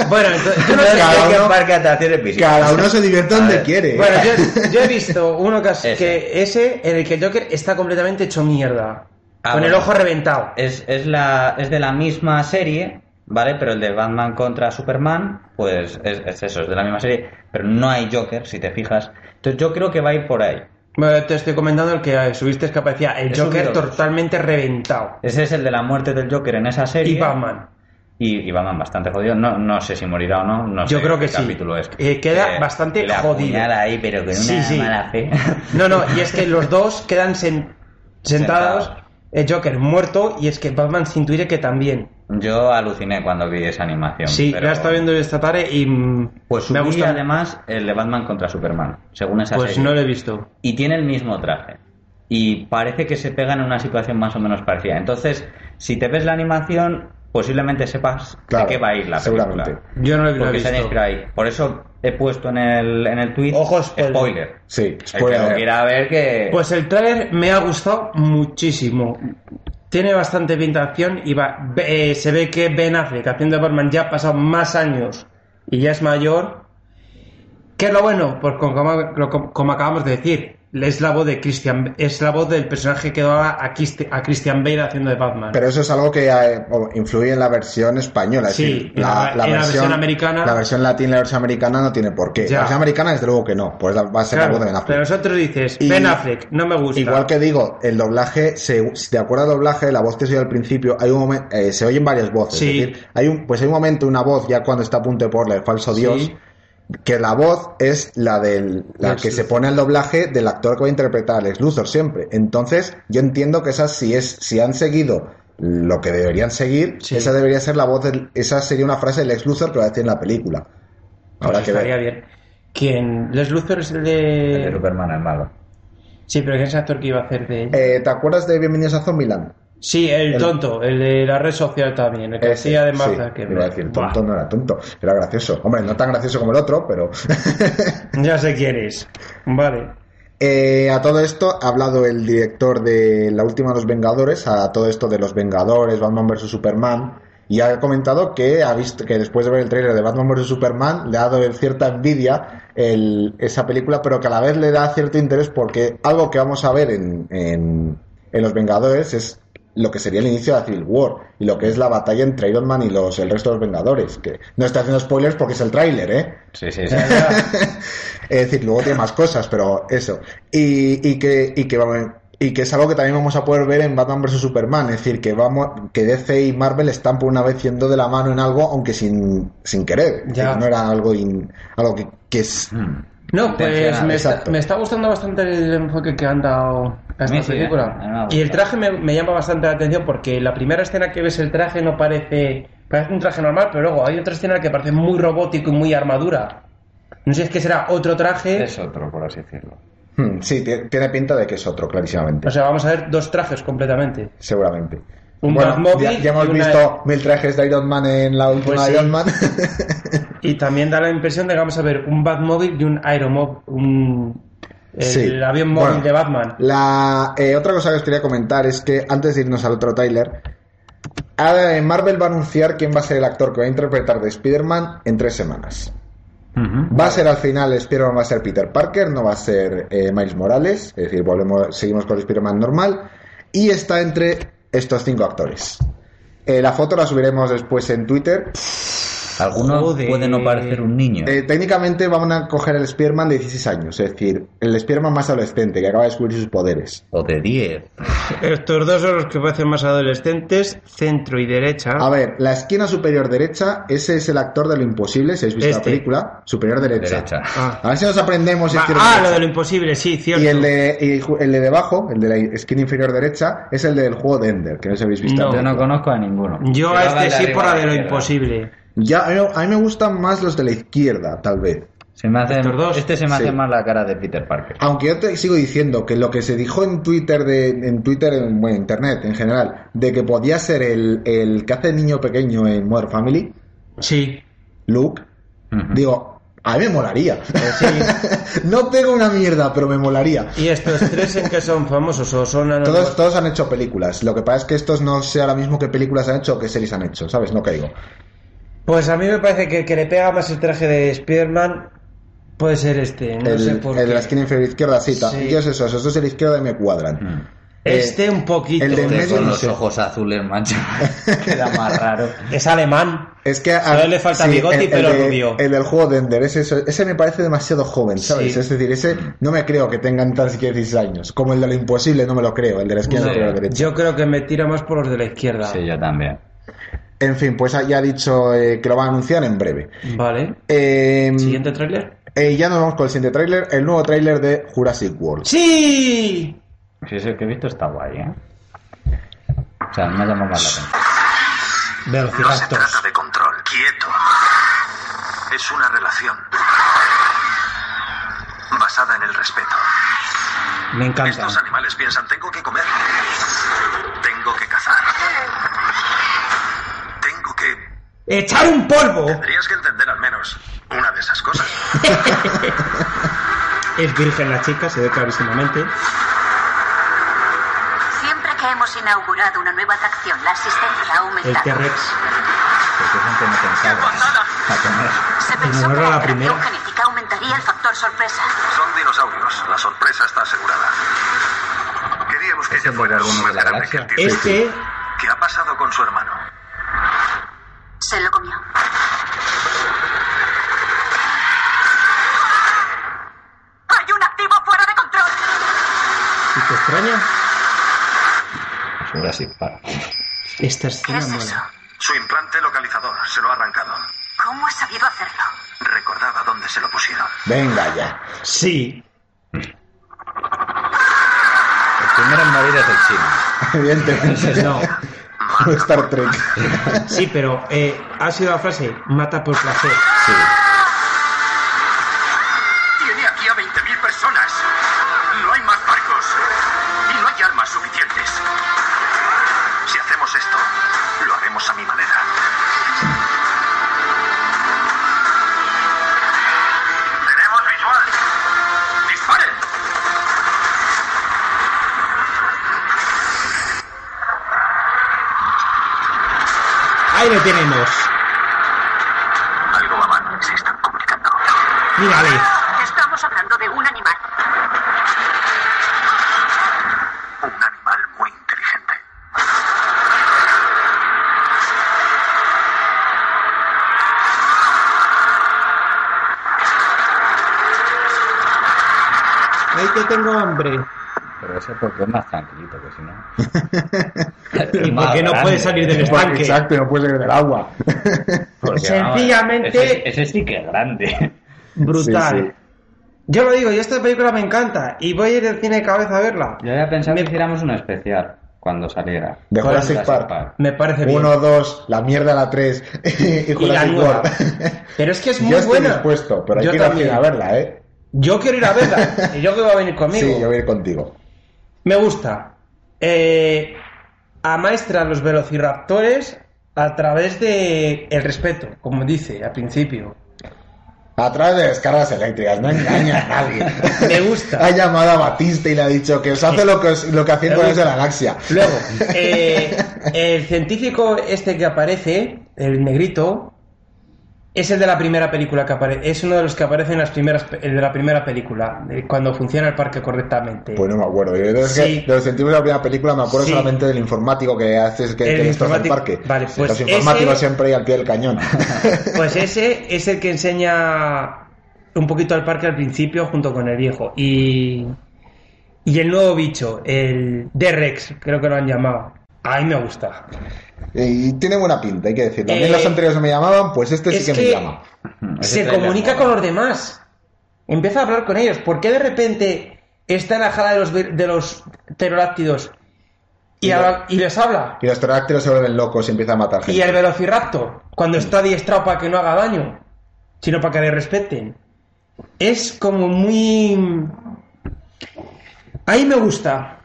B: Bueno, entonces, yo no sé.
A: Cada
C: Es que
A: uno-
C: un parque de atracciones visible.
A: Cada uno se divierte donde
C: A ver.
A: quiere. ¿eh?
B: Bueno, yo, yo he visto uno que,
C: Ese.
B: que ese en el que el Joker está completamente hecho mierda.
C: Ah,
B: con el
C: bueno.
B: ojo reventado.
C: es, es, la, es de la misma serie, ¿vale? Pero el de Batman contra Superman, pues es, es eso, es de la misma serie, pero no hay Joker, si te fijas. Entonces yo creo que va a ir por ahí.
B: Bueno, te estoy comentando el que eh, subiste es que aparecía el
C: He
B: Joker
C: subido dos.
B: totalmente reventado.
C: Ese es el de la muerte del Joker en esa serie.
B: Y Batman.
C: Y, y Batman bastante jodido. No, no sé si morirá o no. no
B: Yo
C: sé
B: creo que
C: qué
B: sí.
C: capítulo es.
B: Eh, queda bastante
C: que le
B: jodido.
C: apuñala ahí, pero con una
B: Sí, sí.
C: mala fe.
B: No, no, y es que los dos quedan sen- sentados,
C: Sentados.
B: el Joker muerto y es que Batman se intuye que también.
C: Yo aluciné cuando vi esa animación.
B: Sí,
C: pero-
B: la he estado viendo esta tarde y mm,
C: Pues
B: me ha
C: subí
B: gustado.
C: además el de Batman contra Superman, según esa
B: Pues
C: serie.
B: no lo he visto.
C: y tiene el mismo traje. Y parece que se pega en una situación más o menos parecida. Entonces, si te ves la animación, posiblemente sepas
A: Claro,
C: de qué va a ir la película.
A: seguramente.
B: Yo no lo he
C: Porque se
B: visto.
C: han inspirado ahí. Por eso he puesto en el, en el tweet
B: Ojo, spoiler.
A: pues, Sí, pues,
C: El que
A: spoiler.
C: lo quiera ver que.
B: Pues el tráiler me ha gustado muchísimo. Tiene bastante pinta de acción y va, ve- eh, se ve que Ben Affleck haciendo de Batman ya ha pasado más años y ya es mayor. ¿Qué es lo bueno? Pues como, como- como- como acabamos de decir, es la voz de Christian, es la voz del personaje que daba a, Christi- a Christian Bale haciendo de Batman.
A: Pero eso es algo que eh, o- influye en la versión española. es
B: Sí,
A: decir,
B: en la- en la versión americana-
A: La versión latina y la versión americana no tiene por qué.
B: Ya.
A: La versión americana, desde luego que no. Pues la- va a ser
B: Claro,
A: la voz de Ben Affleck.
B: pero nosotros dices,
A: Y-
B: Ben Affleck, no me gusta.
A: Igual que digo, el doblaje, se, si te acuerdas del doblaje, la voz que se oye al principio, hay un momen- eh, se oyen varias voces.
B: Sí.
A: Es decir, hay un, pues hay un momento, una voz, ya cuando está a punto de ponerle el falso dios,
B: Sí.
A: que la voz es la del la
B: Lex
A: que se
B: Luthor.
A: pone el doblaje del actor que va a interpretar a Lex Luthor siempre. Entonces, yo entiendo que esa si es si han seguido lo que deberían seguir,
B: Sí.
A: esa debería ser la voz del- esa sería una frase del Lex Luthor que va a decir en la película.
B: Pues
A: Habrá que
B: estaría
A: ver.
B: bien. ¿Quién? ¿Les Luthor es el de...?
C: El
A: eh,
C: de Superman es malo.
B: Sí, pero ¿quién es el actor que iba a hacer de...?
A: Eh, ¿Te acuerdas de Bienvenidos a Zombieland?
B: Sí, el,
A: El-
B: tonto, el de la red social también, el que
A: Ese,
B: hacía de
A: Eh, sí,
B: Martha. que
A: iba a decir, tonto
B: Buah,
A: no era tonto, era gracioso. Hombre, no tan gracioso como el otro, pero.
B: Ya sé quién es. Vale.
A: Eh, a todo esto ha hablado el director de La última de los Vengadores, a todo esto de los Vengadores, Batman vs Superman, y ha comentado que ha visto que después de ver el tráiler de Batman vs Superman le ha dado cierta envidia el- esa película, pero que a la vez le da cierto interés porque algo que vamos a ver en, en- en los Vengadores es lo que sería el inicio de la Civil War y lo que es la batalla entre Iron Man y los el resto de los Vengadores, que no estoy haciendo spoilers porque es el tráiler, ¿eh?
C: Sí, sí, sí.
A: Es decir, luego tiene más cosas, pero eso. Y, y que, y, que, vamos- y que es algo que también vamos a poder ver en Batman vs. Superman. Es decir, que, vamos, que DC y Marvel están por una vez yendo de la mano en algo, aunque sin, sin querer. Es
B: Ya.
A: decir, no era algo, in- algo que, que es...
B: No, pues
C: Intencional,
B: me está,
A: exacto.
B: me está gustando bastante el enfoque que han dado a
C: A mí
B: esta
C: sí, ¿eh? A mí me ha
B: película.
C: gustado.
B: Y el traje me, me llama bastante la atención porque la primera escena que ves el traje no parece. Parece un traje normal, pero luego hay otra escena que parece muy robótico y muy armadura. No sé si es que será otro traje.
C: es otro, por así decirlo.
A: Hmm, Sí, tie- tiene pinta de que es otro, clarísimamente.
B: O sea, vamos a ver dos trajes completamente.
A: Seguramente.
B: Pues un
A: bueno,
B: Batmóvil
A: ya, ya hemos
B: y una-
A: visto mil trajes de Iron Man en la última
B: Pues sí.
A: Iron Man.
B: Y también da la impresión de que vamos a ver un Batmóvil y un Aeromóvil, un el
A: Sí.
B: avión móvil
A: Bueno.
B: de Batman.
A: La eh, otra cosa que os quería comentar es que antes de irnos al otro tráiler, a- eh, Marvel va a anunciar quién va a ser el actor que va a interpretar de Spider-Man en tres semanas. Va a ser al final Spider-Man va a ser Peter Parker, no va a ser eh, Miles Morales, es decir, volvemos, seguimos con el Spider-Man normal y está entre estos cinco actores. Eh, la foto la subiremos después en Twitter.
C: Algunos
B: Joder.
C: pueden no parecer un niño.
A: Eh, técnicamente van a coger el Spider-Man de 16 años, es decir, el Spider-Man más adolescente que acaba de descubrir sus poderes.
C: O de 10.
B: Estos dos son los que parecen más adolescentes, centro y derecha.
A: A ver, la esquina superior derecha, ese es el actor de lo imposible, si habéis visto
B: Este.
A: la película, superior derecha.
C: Derecha.
B: Ah,
A: A ver si nos aprendemos
B: Va-
A: izquierda
B: ah,
A: derecha.
B: lo de lo imposible, sí, cierto.
A: Y el de, y ju- el de debajo, el de la esquina inferior derecha, es el del juego de Ender, que no se habéis visto.
B: No.
C: Yo
A: antes.
C: no conozco a ninguno.
B: Yo
C: Que lo
B: a
C: hagan
B: este sí
C: arriba
B: por
C: a
B: la de lo
C: izquierda.
B: imposible.
A: Ya, a mí, a mí me gustan más los de la izquierda, tal vez.
C: Se me hace,
B: Estos dos.
C: este se me
A: Sí.
C: hace más la cara de Peter Parker.
A: Aunque yo te sigo diciendo que lo que se dijo en Twitter, de, en Twitter, en bueno, internet en general, de que podía ser el, el que hace el niño pequeño en Modern Family,
B: Sí.
A: Luke,
C: Ujú.
A: digo, a mí me molaría. no tengo una mierda, pero me molaría.
B: Pues ¿Y estos tres en qué son famosos o son anónimos?
A: Todos, todos han hecho películas. Lo que pasa es que estos no sé ahora mismo qué películas han hecho o qué series han hecho, ¿sabes? No caigo.
B: Pues a mí me parece que el que le pega más el traje de Spider-Man puede ser este. No
A: el,
B: sé por
A: el de
B: qué.
A: la esquina inferior izquierda, sí. ta-
B: Sí.
A: Yo sé eso, esos dos de la izquierda me cuadran.
C: Mm.
B: Este un poquito.
A: eh, el de en
C: Este
A: medio
C: con
A: no
C: los
A: sé.
C: ojos azules, macho. Queda más raro.
B: Es alemán.
A: Es que a
B: Solo le falta bigote y pelo
A: el de-
B: rubio.
A: El del juego de Ender, ese, ese- ese me parece demasiado joven, ¿sabes?
B: Sí.
A: Es decir, ese no me creo que tengan tan siquiera 16 años. Como el de lo imposible, no me lo creo, el de la izquierda
C: No,
A: no, la derecha.
B: Yo creo que me tiro más por los de la izquierda.
C: Sí, yo también.
A: En fin, pues ya ha dicho eh, que lo van a anunciar en breve.
B: Vale.
A: Eh,
B: ¿Siguiente tráiler?
A: Eh, ya nos vamos con el siguiente tráiler, el nuevo tráiler de Jurassic World.
B: ¡Sí!
C: Si es el que he visto, está guay, ¿eh? O sea, me ha llamado más la atención.
F: No se trata
B: Velociraptors.
F: de control. Quieto. Es una relación. Basada en el respeto.
B: Me encanta.
F: Estos animales piensan, tengo que comer. Tengo que cazar.
B: ¡Echar un polvo!
F: Tendrías que entender al menos una de esas cosas.
B: Es virgen la chica, se ve clarísimamente.
G: Siempre que hemos inaugurado una nueva atracción, la asistencia ha
B: El
G: aumentado.
B: T-Rex.
C: Porque gente no pensaba a comer.
G: Se pensó
B: honor a
G: que
B: la
G: la atracción
B: primera.
G: genética aumentaría el factor sorpresa.
F: Son dinosaurios. La sorpresa está asegurada. Queríamos que
C: ¿Es el
F: ella fuera
C: Guardián
F: algo
C: de
F: más
C: la
F: grande que
C: Galaxia?
F: el tío.
B: Este,
F: ¿Qué ha pasado con su hermano?
G: Se lo comió. ¡Hay un activo fuera de control!
B: ¿y te extraña?
C: Jurassic Park.
B: Esta
G: ¿Qué
B: escena
G: es eso?
B: mola.
F: Su implante localizador se lo ha arrancado.
G: ¿Cómo ha sabido hacerlo?
F: Recordaba dónde se lo pusieron.
A: Venga ya.
B: Sí.
C: El primero en morir es el chino.
A: Evidentemente.
B: pues No.
A: No Star Trek.
B: Sí, pero eh, ha sido la frase, mata por placer.
C: Sí.
F: Tiene aquí a 20.000 personas. No hay más barcos. Y no hay armas suficientes. Si hacemos esto, lo haremos a mi manera. Tenemos visual. Disparen.
B: Ahí lo tenemos.
F: Algo va mal. Se están complicando.
B: Mírale.
G: Estamos hablando de un animal.
F: Un animal muy inteligente.
B: Ahí que tengo hambre.
C: Pero eso porque es más tranquilito que si no.
B: ¿Y
C: Más
B: por qué no
C: grande.
B: puede salir del estanque?
A: Exacto, no puedes beber del agua.
C: Porque,
B: Sencillamente-
C: vamos, Ese, ese sí que es grande.
B: Brutal.
A: Sí, sí.
B: Yo lo digo, y esta película me encanta. Y voy a ir al cine de cabeza a verla.
C: Yo había pensado que hiciéramos un especial cuando saliera.
A: De
C: Con
A: Jurassic Park.
B: Me parece bien.
A: Uno, dos, la mierda, la tres. y
B: y la
A: Jurassic
B: nueva.
A: World.
B: Pero es que es muy
A: Yo estoy
B: buena.
A: dispuesto, pero hay
B: Yo
A: que ir al
B: también.
A: cine a verla, ¿eh?
B: Yo quiero ir a verla. y yo que va a venir conmigo.
A: Sí, yo voy a ir contigo.
B: Me gusta. Eh, amaestra a los velociraptores a través de el respeto, como dice al principio.
A: Atrás de descargas eléctricas, no engaña a nadie.
B: Me gusta.
A: Ha llamado a Batista y le ha dicho que os hace lo que, os- lo que hacían
B: Me
A: con los de
B: gusta.
A: la galaxia.
B: Luego, eh, el científico este que aparece, el negrito, es el de la primera película que aparece. Es uno de los que aparece en las primeras, pe- el de la primera película, eh, cuando funciona el parque correctamente.
A: Pues no me acuerdo. Yo creo
B: Sí.
A: que de los centímetros de la primera película me acuerdo
B: Sí.
A: solamente del informático que haces que,
B: El
A: que destroza el
B: informático-
A: parque.
B: vale, pues
A: los informáticos
B: ese-
A: siempre ahí al pie del cañón.
B: Pues ese es el que enseña un poquito al parque al principio junto con el viejo. Y, y el nuevo bicho, el D-Rex, creo que lo han llamado. A mí me gusta.
A: y tiene buena pinta, hay que decirlo. A mí
B: Eh,
A: los anteriores no me llamaban, pues este sí
B: es
A: que, me
B: que-
A: llama.
C: Ese
B: Se
C: trailer
B: comunica
C: mola.
B: con los demás. Empieza a hablar con ellos. ¿Por qué de repente está en la jala de los, vir- de los pterodáctidos y,
A: Y lo-
B: habla- y les habla?
A: Y los pterodáctilos se vuelven locos y empiezan a matar gente.
B: Y el velociraptor, cuando está adiestrado para que no haga daño, sino para que le respeten. Es como muy... Ahí me gusta.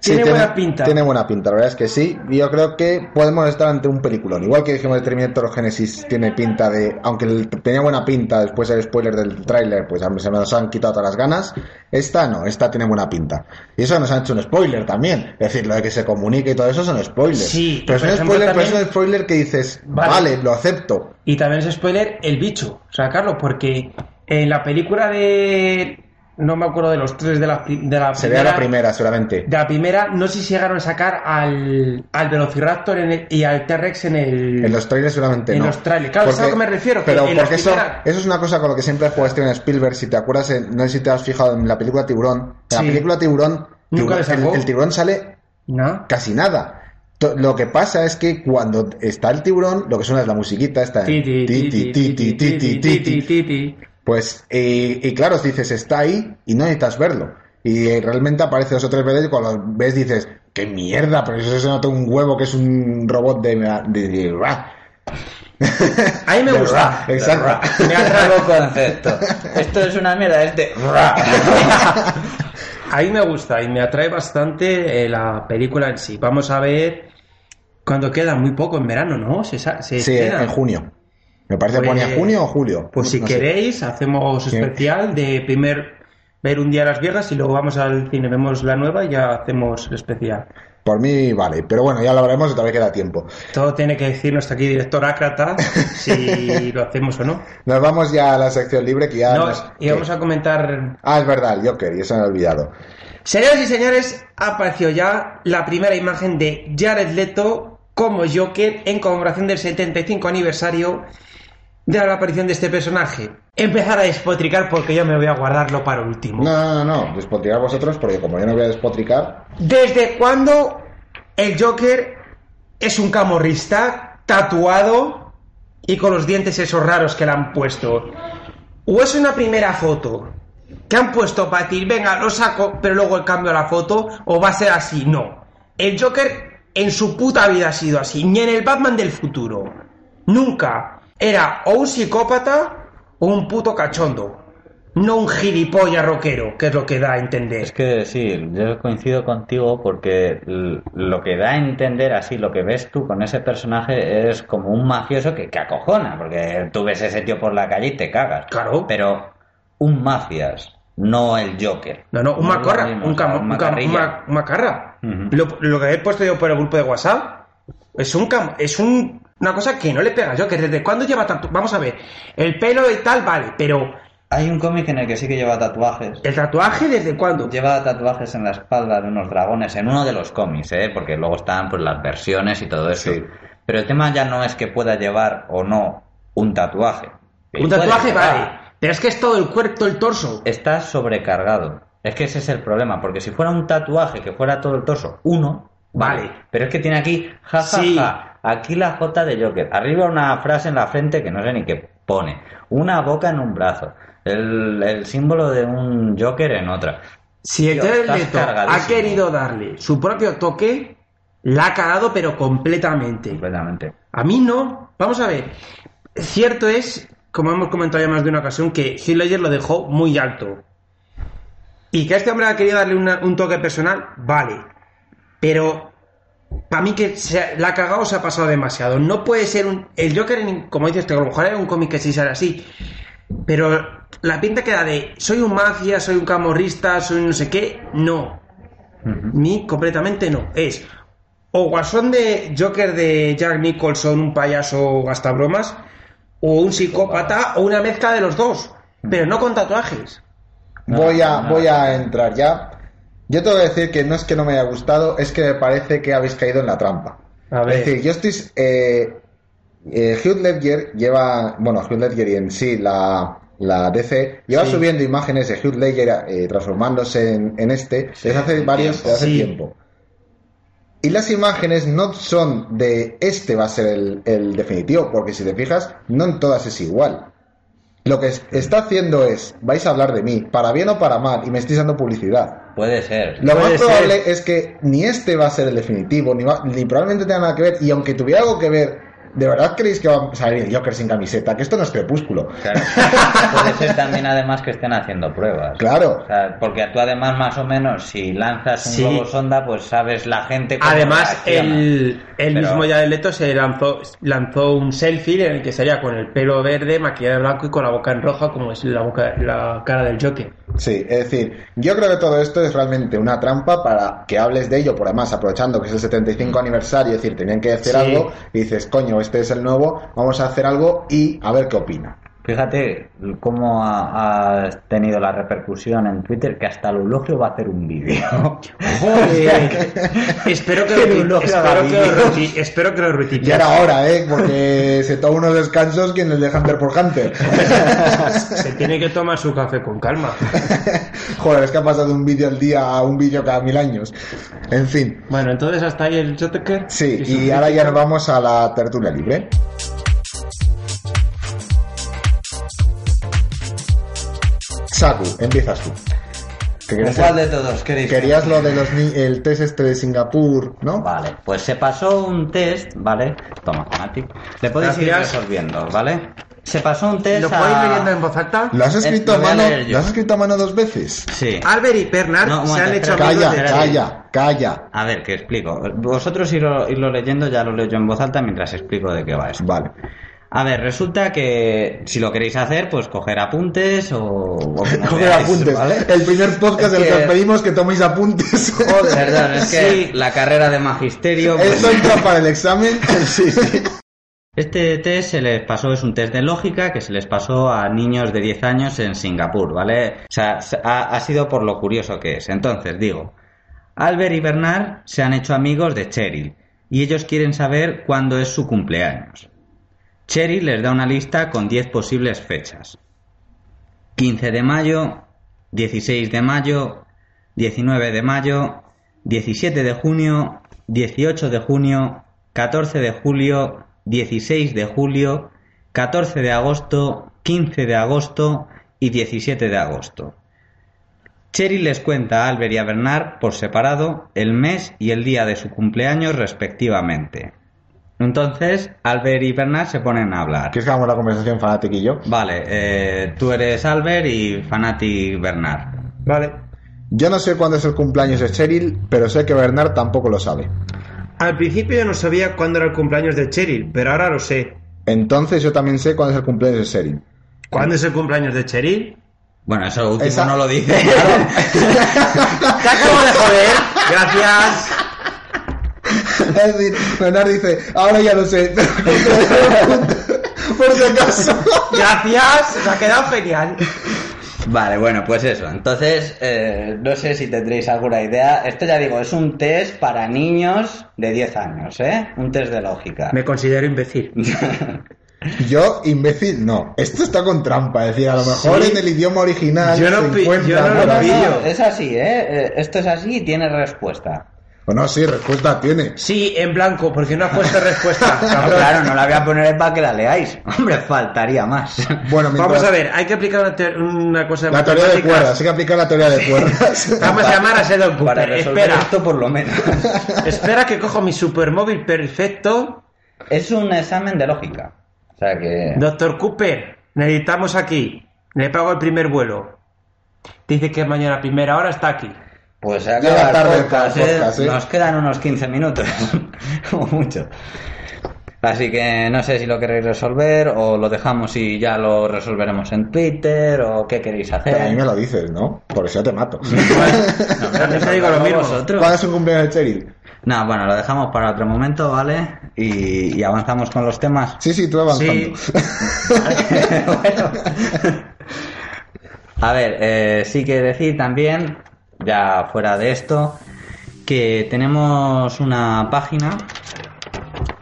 A: Sí,
B: tiene buena pinta.
A: Tiene buena pinta, la verdad es que sí. Y Yo creo que podemos estar ante un peliculón. Igual que dijimos de Terminator Genesis tiene pinta de... Aunque el- tenía buena pinta después del spoiler del tráiler, pues a mí se me nos han quitado todas las ganas. Esta no, esta tiene buena pinta. Y eso nos han hecho un spoiler también. Es decir, lo de que se comunique y todo eso son spoilers.
B: Sí,
A: pero
B: y por
A: es un
B: ejemplo,
A: spoiler, pero
B: también-
A: es un spoiler que dices,
B: Vale.
A: vale, lo acepto.
B: Y también es spoiler el bicho, o sea, Carlos, porque en la película de... No me acuerdo de los tres de la, pri- de la
A: Sería la primera, seguramente.
B: De la primera, no sé si llegaron a sacar al, al Velociraptor en el- y al T-Rex en el...
A: En los trailers seguramente
B: En
A: no.
B: los trailers, claro, ¿sabes a lo que me refiero? Que
A: Pero
B: en
A: porque
B: las
A: eso,
B: primeras-
A: eso es una cosa con lo que siempre juega Steven Spielberg. Si te acuerdas, en- no sé si te has fijado en la película Tiburón. En
B: Sí.
A: la película Tiburón,
B: Nunca
A: tiburón-
B: le sacó.
A: el, el tiburón sale
B: ¿No?
A: casi nada. To- Lo que pasa es que cuando está el tiburón, lo que suena es la musiquita, está
B: Ti,
A: en
B: ti,
A: ti, ti, ti, ti, ti, ti, ti, ti.
B: ti, ti.
A: Pues, eh, y claro, dices, está ahí y no necesitas verlo. Y eh, realmente aparece dos o tres veces y cuando lo ves dices, qué mierda, pero eso se nota un huevo que es un robot de... de, de- ¡ah!
B: A mí me
A: De
B: gusta.
A: verdad, Exacto.
B: Me atrae.
C: Nuevo concepto. Esto es una mierda, es de...
B: A mí me gusta y me atrae bastante eh, la película en sí. Vamos a ver Cuando queda muy poco en verano, ¿no? Se, sa- se
A: Sí,
B: queda.
A: en junio. Me parece que
B: Pues-
A: ponía junio o julio.
B: Pues si
A: No sé.
B: queréis, hacemos
A: Sí.
B: especial de primer ver un día las viejas y luego vamos al cine, vemos la nueva y ya hacemos el especial.
A: Por mí vale, pero bueno, ya lo veremos y todavía queda tiempo.
B: Todo tiene que decirnos aquí director Ácrata si lo hacemos o no.
A: Nos vamos ya a la sección libre que ya...
B: No,
A: nos-
B: y vamos a comentar.
A: Ah, es verdad, el Joker, y eso me he olvidado.
B: Señoras y señores, apareció ya la primera imagen de Jared Leto como Joker en conmemoración del 75 aniversario de la aparición de este personaje. Empezar a despotricar porque yo me voy a guardarlo para último.
A: No, no, no, no, despotricar vosotros, porque como yo no voy a despotricar...
B: ¿Desde cuándo el Joker es un camorrista tatuado y con los dientes esos raros que le han puesto? ¿O es una primera foto que han puesto para decir, venga, lo saco, pero luego el cambio a la foto? ¿O va a ser así? No. El Joker en su puta vida ha sido así, ni en el Batman del futuro. Nunca. Era o un psicópata o un puto cachondo. No un gilipollas rockero, que es lo que da a entender.
C: Es que sí, yo coincido contigo porque l- lo que da a entender así, lo que ves tú con ese personaje es como un mafioso que, que acojona, porque tú ves ese tío por la calle y te cagas.
B: Claro.
C: Pero un mafias, no el Joker.
B: No, no, un
C: es lo
B: macorra,
C: mismo,
B: un,
C: o sea,
B: cam-
C: un
B: un cam-
C: macarrilla.
B: un ma- un macarra.
C: Ujú.
B: lo, lo que he puesto yo por el grupo de WhatsApp es un cam- es un- una cosa que no le pega yo, que desde cuándo lleva tanto... Vamos a ver, el pelo y tal, vale, pero
C: Hay un cómic en el que sí que lleva tatuajes.
B: el tatuaje desde cuándo?
C: Lleva tatuajes en la espalda de unos dragones en uno de los cómics, ¿eh? porque luego están pues, las versiones y todo eso.
A: Sí.
C: Pero el tema ya no es que pueda llevar o no un tatuaje.
B: Un
C: Puede
B: tatuaje,
C: llevar.
B: vale, pero es que es todo el cuerpo, todo el torso.
C: Está sobrecargado. Es que ese es el problema, porque si fuera un tatuaje que fuera todo el torso, uno,
B: Vale.
C: Pero es que tiene aquí, ja, ja,
B: Sí.
C: ja, aquí la J de Joker. Arriba una frase en la frente que no sé ni qué pone. Una boca en un brazo. El, el símbolo de un Joker en otra.
B: Si el
C: Tío,
B: Jared
C: estás
B: Leto ha
C: cargadísimo.
B: querido darle su propio toque, la ha cagado pero completamente.
C: Completamente.
B: A mí no. Vamos a ver. Cierto es, como hemos comentado ya más de una ocasión, que Heath Ledger lo dejó muy alto. Y que a este hombre ha querido darle una- un toque personal, vale. Pero para mí que se ha- la ha cagado se ha pasado demasiado. No puede ser un... El Joker, en- como dices, que a lo mejor era un cómic que sí sale así. Pero la pinta que da de soy un mafia, soy un camorrista, soy un no sé qué, no. Ni completamente no. Es o guasón de Joker de Jack Nicholson, un payaso gastabromas, o un psicópata, o una mezcla de los dos, pero no con tatuajes.
C: No,
A: voy a,
C: no, no.
A: voy a entrar ya. Yo tengo que decir que no es que no me haya gustado, es que me parece que habéis caído en la trampa.
B: A
A: Es decir, yo estoy... Eh, eh, Hugh Ledger lleva... Bueno, Hugh Ledger y en sí la, la DC lleva
B: Sí.
A: subiendo imágenes de Hugh Ledger eh, transformándose en, en este desde hace varios... Desde hace
B: Sí.
A: tiempo. Y las imágenes no son de este va a ser el, el definitivo, porque si te fijas, no en todas es igual. Lo que es- está haciendo es, vais a hablar de mí, para bien o para mal, y me estáis dando publicidad.
C: Puede ser.
A: Lo
B: Puede
A: más
B: ser.
A: probable es que ni este va a ser el definitivo, ni, va- ni probablemente tenga nada que ver. Y aunque tuviera algo que ver, ¿de verdad creéis que va a salir el Joker sin camiseta? Que esto no es crepúsculo.
C: Claro. Puede ser también además que estén haciendo pruebas.
A: Claro.
C: O sea, porque tú además más o menos si lanzas un
B: Sí.
C: globo sonda pues sabes la gente cómo
B: Además,
C: reacciona.
B: el, el
C: Pero-
B: mismo Jared Leto se lanzó, lanzó un selfie en el que salía con el pelo verde, maquillado de blanco y con la boca en roja, como es la, boca, la cara del Joker.
A: Sí, es decir, yo creo que todo esto es realmente una trampa para que hables de ello, por además, aprovechando que es el 75 aniversario, es decir, tenían que hacer
B: Sí.
A: algo, y dices, coño, este es el nuevo, vamos a hacer algo y a ver qué opina.
C: Fíjate cómo ha, ha tenido la repercusión en Twitter que hasta el elogio va a hacer un vídeo.
B: espero que,
A: Que
B: lo-
A: no lo
B: espero
A: haga
B: que lo
A: bien.
B: reti- espero que lo retuitees.
A: Ya era hora, ¿eh? Porque se toma unos descansos quien les de Hunter por Hunter.
B: Se tiene que tomar su café con calma.
A: Joder, es que ha pasado de un vídeo al día a un vídeo cada mil años. En fin.
B: Bueno, entonces hasta ahí el Joker.
A: Sí,
B: su
A: y ahora ya nos vamos a la tertulia libre. Saku, empiezas tú. Que querías-
C: ¿Cuál de todos queréis?
A: Querías lo de los ni- el test este de Singapur, ¿no?
C: Vale, pues se pasó un test, ¿vale? Toma, Mati. Le podéis ir
B: Gracias.
C: resolviendo, ¿vale? Se pasó un test
B: ¿Lo
C: a-
B: podéis leyendo en voz alta?
A: ¿Lo has
C: Es-
A: escrito, a
C: lo voy a
A: mano,
C: leer yo.
A: ¿lo has escrito a mano dos veces?
C: Sí.
B: Albert y Bernard
C: No, un
B: se
C: momento,
B: han hecho
C: espera,
B: amigos
A: Calla,
B: de la-
A: calla, calla.
C: A ver, que explico. Vosotros irlo, irlo leyendo, ya lo leo yo en voz alta mientras explico de qué va eso.
A: Vale.
C: A ver, resulta que si lo queréis hacer, pues coger apuntes o... o como
A: Coge
C: veáis,
A: apuntes.
C: ¿vale?
A: El primer podcast
C: Es
A: del que
C: que-
A: os pedimos que toméis apuntes.
C: Perdón, es que
B: Sí.
C: la carrera de magisterio... pues,
A: Esto entra para el examen. Sí, sí.
C: Este test se les pasó, es un test de lógica que se les pasó a niños de 10 años en Singapur, ¿vale? O sea, se- ha, ha sido por lo curioso que es. Entonces, digo, Albert y Bernard se han hecho amigos de Cheryl y ellos quieren saber cuándo es su cumpleaños. Cheryl les da una lista con 10 posibles fechas. 15 de mayo, 16 de mayo, 19 de mayo, 17 de junio, 18 de junio, 14 de julio, 16 de julio, 14 de agosto, 15 de agosto y 17 de agosto. Cherry les cuenta a Albert y a Bernard por separado el mes y el día de su cumpleaños respectivamente. Entonces, Albert y Bernard se ponen a hablar.
A: ¿Quieres que hagamos la conversación, Fanatic y yo?
C: Vale, eh, tú eres Albert y Fanatic Bernard.
B: Vale.
A: Yo no sé cuándo es el cumpleaños de Cheryl, pero sé que Bernard tampoco lo sabe.
B: Al principio yo no sabía cuándo era el cumpleaños de Cheryl, pero ahora lo sé.
A: Entonces yo también sé cuándo es el cumpleaños de Cheryl.
B: ¿Cuándo es el cumpleaños de Cheryl?
C: Bueno, eso último
A: Esa-
C: no lo dice.
B: ¡Te acabo de joder! ¡Gracias!
A: Es decir, Bernard dice, ahora ya lo sé. Por si acaso.
B: ¡Gracias! ¡Se ha quedado genial!
C: vale, bueno, pues eso. Entonces, eh, no sé si tendréis alguna idea. Esto ya digo, es un test para niños de 10 años, ¿eh? Un test de lógica.
B: Me considero imbécil.
A: Yo, imbécil, no. Esto está con trampa. Es decir, a lo mejor
B: Sí.
A: en el idioma original
B: Yo no
A: se
B: pi-
A: encuentra
B: yo no lo
A: para-
B: pillo.
C: es así, ¿eh? Eh, Esto es así y tiene respuesta.
A: Bueno, sí, respuesta tiene.
B: Sí, en blanco, porque no has puesto respuesta.
C: No,
B: cabrón.
C: claro, no la voy a poner para que la leáis. Hombre, faltaría más.
A: Bueno, mientras-
B: Vamos a ver, hay que aplicar una, teo- una cosa de
A: La teoría de
B: matemáticas.
A: cuerdas. Hay que aplicar la teoría de cuerdas.
B: Vamos a llamar a Sheldon
C: Para
B: Cooper.
C: resolver
B: Espera,
C: esto, por lo menos.
B: espera que cojo mi supermóvil perfecto.
C: es un examen de lógica. O sea que.
B: Doctor Cooper, necesitamos aquí. Le pago el primer vuelo. Dice que mañana a primera hora está aquí.
C: Pues se acaba
A: Llega
C: el
A: tarde
C: podcast,
A: el
C: ¿eh?
A: podcast, ¿eh?
C: Nos quedan unos 15 minutos, como mucho. Así que no sé si lo queréis resolver o lo dejamos y ya lo resolveremos en Twitter o qué queréis hacer.
A: Pero a mí me lo dices, ¿no? Por eso te mato.
C: Bueno,
B: Ya te digo lo mismo.
C: vosotros.
A: ¿Cuándo es un cumpleaños de Cheryl?
C: No, bueno, lo dejamos para otro momento, ¿vale? Y, y avanzamos con los temas.
A: Sí, sí, tú avanzando.
B: Sí.
C: Bueno. A ver, eh, sí que decir también, ya fuera de esto, que tenemos una página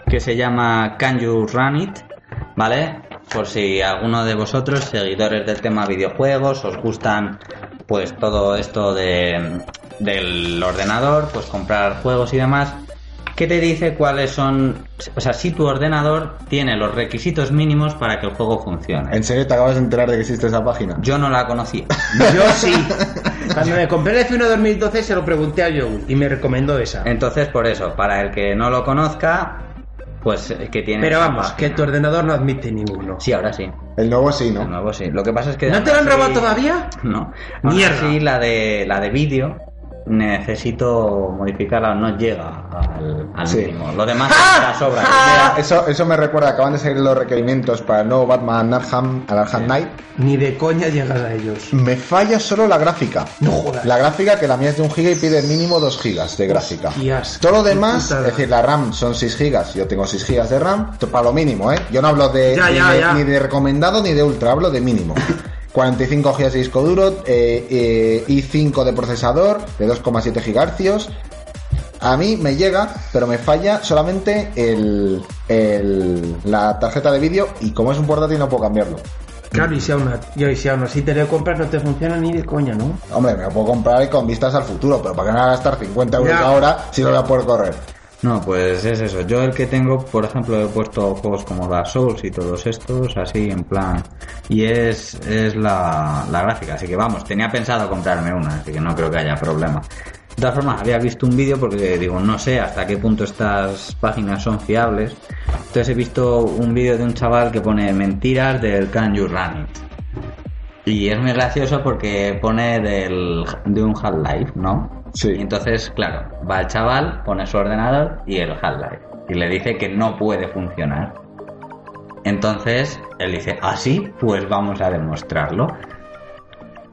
C: que se llama Can You Run It, ¿vale? Por si alguno de vosotros, seguidores del tema videojuegos, os gustan pues todo esto de, del ordenador, pues comprar juegos y demás, ¿qué te dice cuáles son, o sea, si tu ordenador tiene los requisitos mínimos para que el juego funcione?
A: ¿En serio te acabas de enterar de que existe esa página?
C: Yo no la conocía.
B: Yo sí. Cuando me compré el F1 2012 se lo pregunté a Joe y me recomendó esa.
C: Entonces, por eso, para el que no lo conozca, pues eh, que tiene...
B: Pero
C: esa
B: vamos, que
C: página.
B: tu ordenador no admite ninguno.
C: Sí, ahora sí.
A: El nuevo sí, ¿no?
C: De nuevo sí. Lo que pasa es que...
B: ¿No te lo han
C: Sí.
B: robado todavía?
C: No.
B: Mierda.
C: Sí, la de, la de vídeo necesito modificarla, no llega al, al
A: Sí. ¡Ah!
C: mínimo. Lo demás está sobra. Llega-
A: Eso, eso me recuerda, acaban de salir los requerimientos para el nuevo Batman Arkham, al Arkham Knight.
B: Ni de coña llegas a ellos.
A: Me falla solo la gráfica.
B: No jodas.
A: La gráfica que la mía es de 1 GB y pide mínimo 2 GB de gráfica.
B: Hostias,
A: Todo lo
B: qué
A: demás,
B: putada.
A: es decir, la RAM son 6 GB, yo tengo 6 GB de RAM, to- para lo mínimo, ¿eh? Yo no hablo de,
B: Ya,
A: ni,
B: ya,
A: de
B: ya.
A: ni de recomendado ni de ultra, hablo de mínimo. 45 GB de disco duro, eh, eh, i5 de procesador, de 2,7 GHz. A mí me llega, pero me falla solamente el, el- la tarjeta de vídeo y como es un portátil no puedo cambiarlo.
B: Claro, y si aún, y si aún así te lo compras no te funciona ni de coña, ¿no?
A: Hombre, me lo puedo comprar con vistas al futuro, pero ¿para qué me voy a gastar 50 euros
B: Ya.
A: ahora si no voy a poder correr?
C: No, pues es eso. Yo el que tengo, por ejemplo, he puesto juegos como Dark Souls y todos estos, así en plan. Y es, es la, la gráfica, así que vamos, tenía pensado comprarme una, así que no creo que haya problema. De todas formas, había visto un vídeo porque digo, no sé hasta qué punto estas páginas son fiables. Entonces he visto un vídeo de un chaval que pone mentiras del Can You Run It. Y es muy gracioso porque pone del, de un Half-Life, ¿no?
A: Sí.
C: Y entonces, claro, va el chaval, pone su ordenador y el Half-Life. Y le dice que no puede funcionar. Entonces, él dice, así, pues vamos a demostrarlo.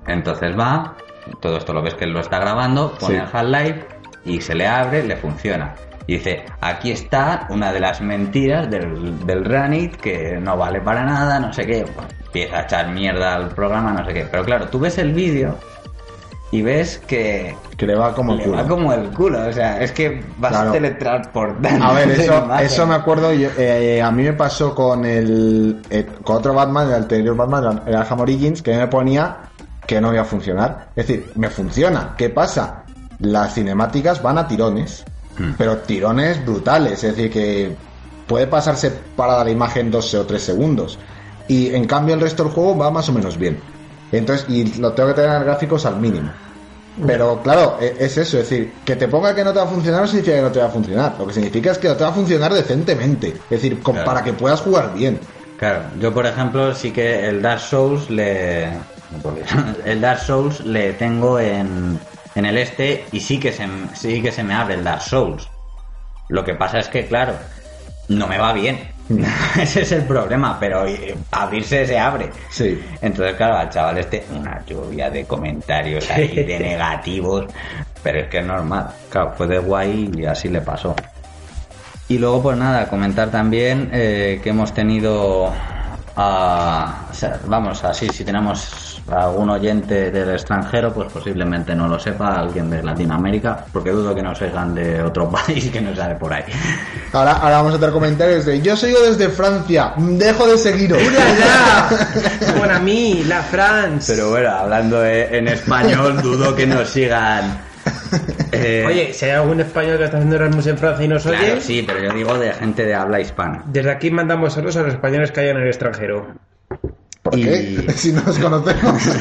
C: Entonces va, todo esto lo ves que él lo está grabando, pone
A: Sí.
C: el Half-Life y se le abre, le funciona. Y dice, aquí está una de las mentiras del, del Runit que no vale para nada, no sé qué. Bueno, empieza a echar mierda al programa, no sé qué. Pero claro, tú ves el vídeo y ves que
A: Que le va como el
C: le
A: culo.
C: va como el culo. O sea, es que vas
A: Claro.
C: teletransportando.
A: A ver, eso, eso me acuerdo. yo- eh, a mí me pasó con el eh, con otro Batman, el anterior Batman, el Arkham Origins, que me ponía que no iba a funcionar. Es decir, me funciona. ¿Qué pasa? Las cinemáticas van a tirones, pero tirones brutales. Es decir, que puede pasarse parada la imagen 12 o 3 segundos. Y en cambio, el resto del juego va más o menos bien. Entonces, y lo tengo que tener en gráficos al mínimo. Pero claro, e- es eso, es decir, que te ponga que no te va a funcionar no significa que no te va a funcionar. Lo que significa es que no te va a funcionar decentemente. Es decir, con-
C: Claro.
A: para que puedas jugar bien.
C: Claro, yo por ejemplo sí que el Dark Souls le... El Dark Souls le tengo en, en el este y sí que, se, sí que se me abre el Dark Souls. Lo que pasa es que, claro, no me va bien. Ese es el problema, pero eh, abrirse se abre.
A: Sí.
C: Entonces, claro, al chaval este, una lluvia de comentarios ahí, de negativos, pero es que es normal. Claro, fue de guay y así le pasó. Y luego, pues nada, comentar también eh, que hemos tenido a. o sea, vamos, así, si tenemos a algún oyente del extranjero, pues posiblemente no lo sepa, alguien de Latinoamérica, porque dudo que nos oigan de otro país que no sale por ahí.
A: Ahora, ahora vamos a tener comentarios de yo soy yo desde Francia, dejo de seguiros.
B: ¡Hola! Por a mí, la France.
C: Pero bueno, hablando de- en español, dudo que nos sigan. eh,
B: Oye, si hay algún español que está haciendo Erasmus en Francia y nos
C: Claro,
B: oye,
C: sí, pero yo digo de gente de habla hispana.
B: desde aquí mandamos saludos a los españoles que hayan en el extranjero.
A: ¿Por
C: Y-
A: qué? Si no nos conocemos.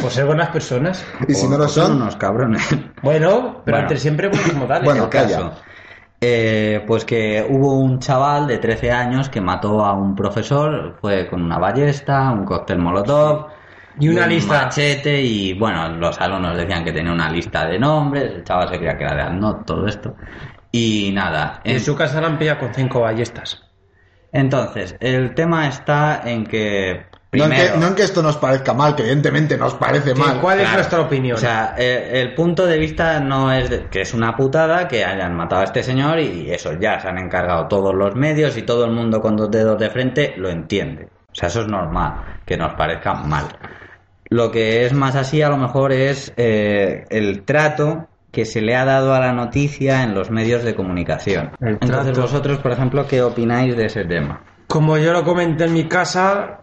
B: Pues ser buenas personas.
A: y si
C: O-
A: no
C: o
A: lo son,
C: unos cabrones.
B: Bueno, pero
C: Bueno.
B: entre siempre pues buenos modales.
A: Bueno,
C: El
A: calla.
C: caso. Eh, pues que hubo un chaval de 13 años que mató a un profesor, fue con una ballesta, un cóctel molotov.
B: Y una lista.
C: machete, y bueno, los alumnos decían que tenía una lista de nombres, el chaval se creía que era de no todo esto. Y nada.
B: En
C: en-
B: su casa la han pillado con cinco ballestas.
C: Entonces, el tema está en que.
A: no en,
C: Primero,
A: que, no en que esto nos parezca mal, que evidentemente nos parece
B: Sí,
A: mal.
B: ¿Cuál es
C: Claro.
B: nuestra opinión?
C: O sea, eh, el, punto de vista no es de- que es una putada que hayan matado a este señor y eso ya se han encargado todos los medios y todo el mundo con dos dedos de frente lo entiende. O sea, eso es normal, que nos parezca mal. Lo que es más así a lo mejor es eh, el trato que se le ha dado a la noticia en los medios de comunicación.
B: El
C: Entonces
B: trato.
C: vosotros, por ejemplo, ¿qué opináis de ese tema?
B: Como yo lo comenté en mi casa,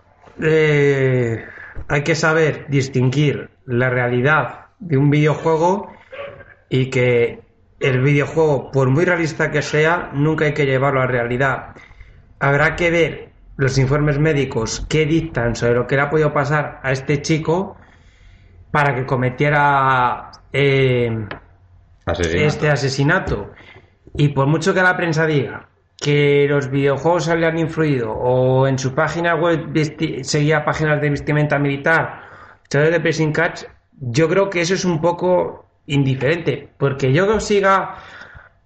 B: eh, hay que saber distinguir la realidad de un videojuego y que el videojuego, por muy realista que sea, nunca hay que llevarlo a la realidad. Habrá que ver los informes médicos que dictan sobre lo que le ha podido pasar a este chico para que cometiera eh,
C: Asesinato.
B: este asesinato. Y por mucho que la prensa diga que los videojuegos se le han influido o en su página web vesti- seguía páginas de vestimenta militar, historias de pressing catch, yo creo que eso es un poco indiferente. Porque yo que siga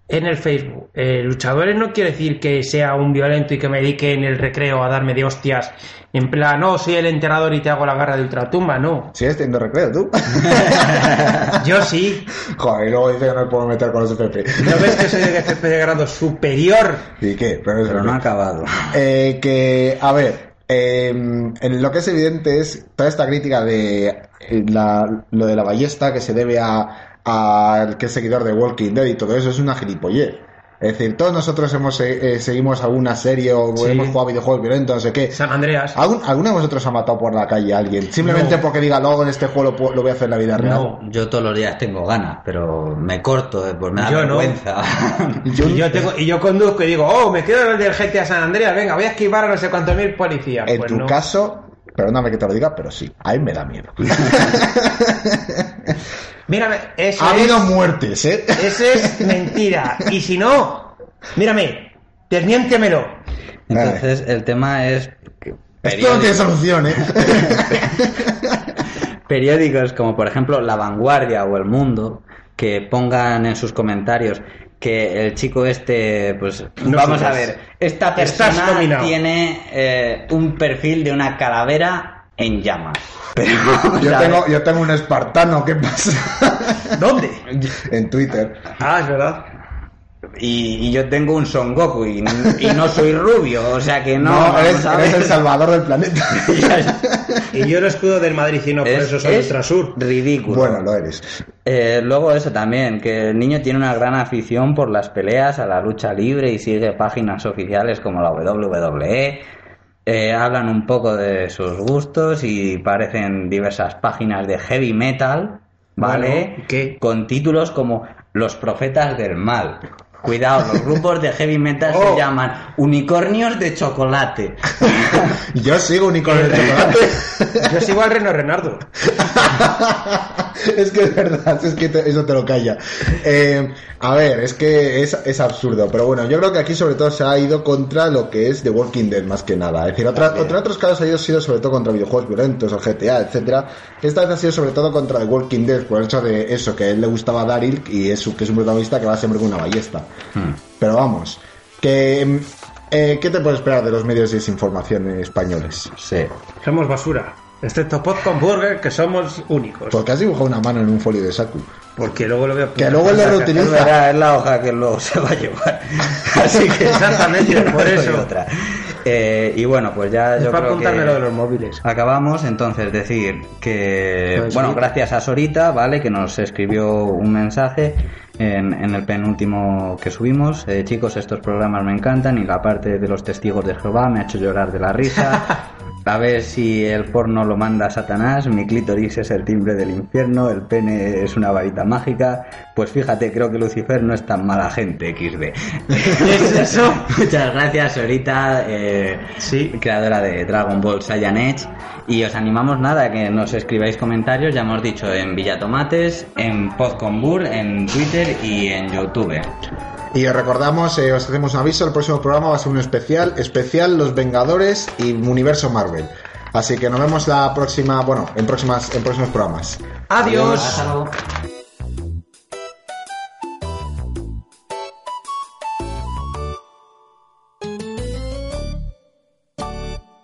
B: en el Facebook eh, luchadores no quiere decir que sea un violento y que me dedique en el recreo a darme de hostias en plan, no, soy el enterrador y te hago la garra de ultratumba, no.
A: Si es teniendo recreo, tú.
B: Yo sí.
A: Joder, y luego dice que no me puedo meter con los FP.
B: ¿No ves que soy de jefe de grado superior?
A: ¿Y qué? Pero, es
C: Pero no
A: FP.
C: ha acabado.
A: Eh, que, a ver, eh, en lo que es evidente es toda esta crítica de eh, la- lo de la ballesta que se debe a, a que es seguidor de Walking Dead y todo eso es una gilipollez. Es decir, todos nosotros hemos eh, eh, seguimos alguna serie o
B: Sí.
A: hemos jugado videojuegos violentos, no sé qué.
B: San Andreas.
A: ¿Algún, ¿Alguno de vosotros ha matado por la calle a alguien? Simplemente
B: No.
A: porque diga, luego en este juego lo, pu- lo voy a hacer en la vida real.
B: No.
C: Yo todos los días tengo ganas, pero me corto, eh, pues me da
B: Yo no.
C: vergüenza.
A: Yo-
B: y, yo tengo, y yo conduzco y digo, oh, me quedo en el del GTA San Andreas, venga, voy a esquivar a no sé cuántos mil policías.
A: en
B: Pues
A: tu
B: no.
A: caso, Perdóname que te lo diga, pero sí, a mí me da miedo.
B: Mírame, eso
A: ha habido
B: es,
A: muertes, ¿eh?
B: eso es mentira. Y si no, mírame, desmiéntemelo.
C: Entonces, el tema es. que
A: Esto no tiene
C: periódicos-
A: solución, ¿eh?
C: periódicos como por ejemplo La Vanguardia o El Mundo que pongan en sus comentarios que el chico este, pues
B: No
C: vamos
B: sigas.
C: a ver, esta
B: Estás
C: persona
B: nominado.
C: tiene eh, un perfil de una calavera en llamas. Pero vamos
A: Yo
C: a ver.
A: tengo, yo tengo un espartano, ¿qué pasa?
B: ¿Dónde?
A: en Twitter.
B: Ah, es verdad.
C: y, y yo tengo un Son Goku y, y no soy rubio, o sea que no.
A: No,
C: vamos
A: eres,
C: a
A: eres
C: ver.
A: el salvador del planeta.
B: Y yo el escudo del Madrid, y no por
C: Es-
B: eso soy
C: es
B: Ultrasur.
C: ridículo.
A: bueno, lo eres.
C: Eh, luego eso también, que el niño tiene una gran afición por las peleas, a la lucha libre y sigue páginas oficiales como la WWE. Eh, hablan un poco de sus gustos y parecen diversas páginas de heavy metal, ¿vale?
B: Bueno, ¿qué?
C: Con títulos como Los Profetas del Mal. Cuidado, los grupos de heavy metal
A: Oh.
C: se llaman Unicornios de Chocolate.
A: Yo sigo unicornio de chocolate.
B: Yo sigo al Reno Renardo.
A: es que es verdad, es que te- eso te lo calla. Eh, a ver, es que es, es absurdo, pero bueno, yo creo que aquí sobre todo se ha ido contra lo que es The Walking Dead más que nada. Es decir, otra, otra- otros casos ha ido sido sobre todo contra videojuegos violentos o GTA, etcétera. Esta vez ha sido sobre todo contra The Walking Dead por el hecho de eso, que a él le gustaba Daryl y es, un- que es un protagonista que va siempre con una ballesta. Pero vamos, que... eh, ¿Qué te puedes esperar de los medios de desinformación españoles?
C: Sí.
B: Somos basura. Excepto Popcorn Burger, que somos únicos.
A: Porque has dibujado una mano en un folio de Saku.
B: Porque luego lo veo.
A: Que luego lo
C: Es
A: reutiliza.
C: verdad, es la hoja que luego se va a llevar. Así que
B: Exactamente,
C: no
B: por
C: doy
B: eso.
C: otra. Eh, y bueno, pues ya
B: Es
C: yo
B: para
C: creo que
B: apuntarme lo de los móviles.
C: acabamos. Entonces decir que
B: Pues
C: bueno,
B: sí.
C: gracias a Sorita, vale, que nos escribió un mensaje en, en el penúltimo que subimos. Eh, chicos, estos programas me encantan y la parte de los testigos de Jehová me ha hecho llorar de la risa. A ver si el porno lo manda Satanás, mi clítoris es el timbre del infierno, el pene es una varita mágica. Pues fíjate, creo que Lucifer no es tan mala gente, XD.
B: ¿Es eso?
C: Muchas gracias, Sorita. eh,
B: Sí.
C: creadora de Dragon Ball Saiyan Edge. Y os animamos nada a que nos escribáis comentarios, ya hemos dicho, en Villatomates, en Podcombur, en Twitter y en YouTube.
A: Y os recordamos, eh, os hacemos un aviso, el próximo programa va a ser un especial, especial Los Vengadores y Universo Marvel. Así que nos vemos la próxima, bueno, en próximas, en próximos programas.
B: Adiós.
C: Hasta luego.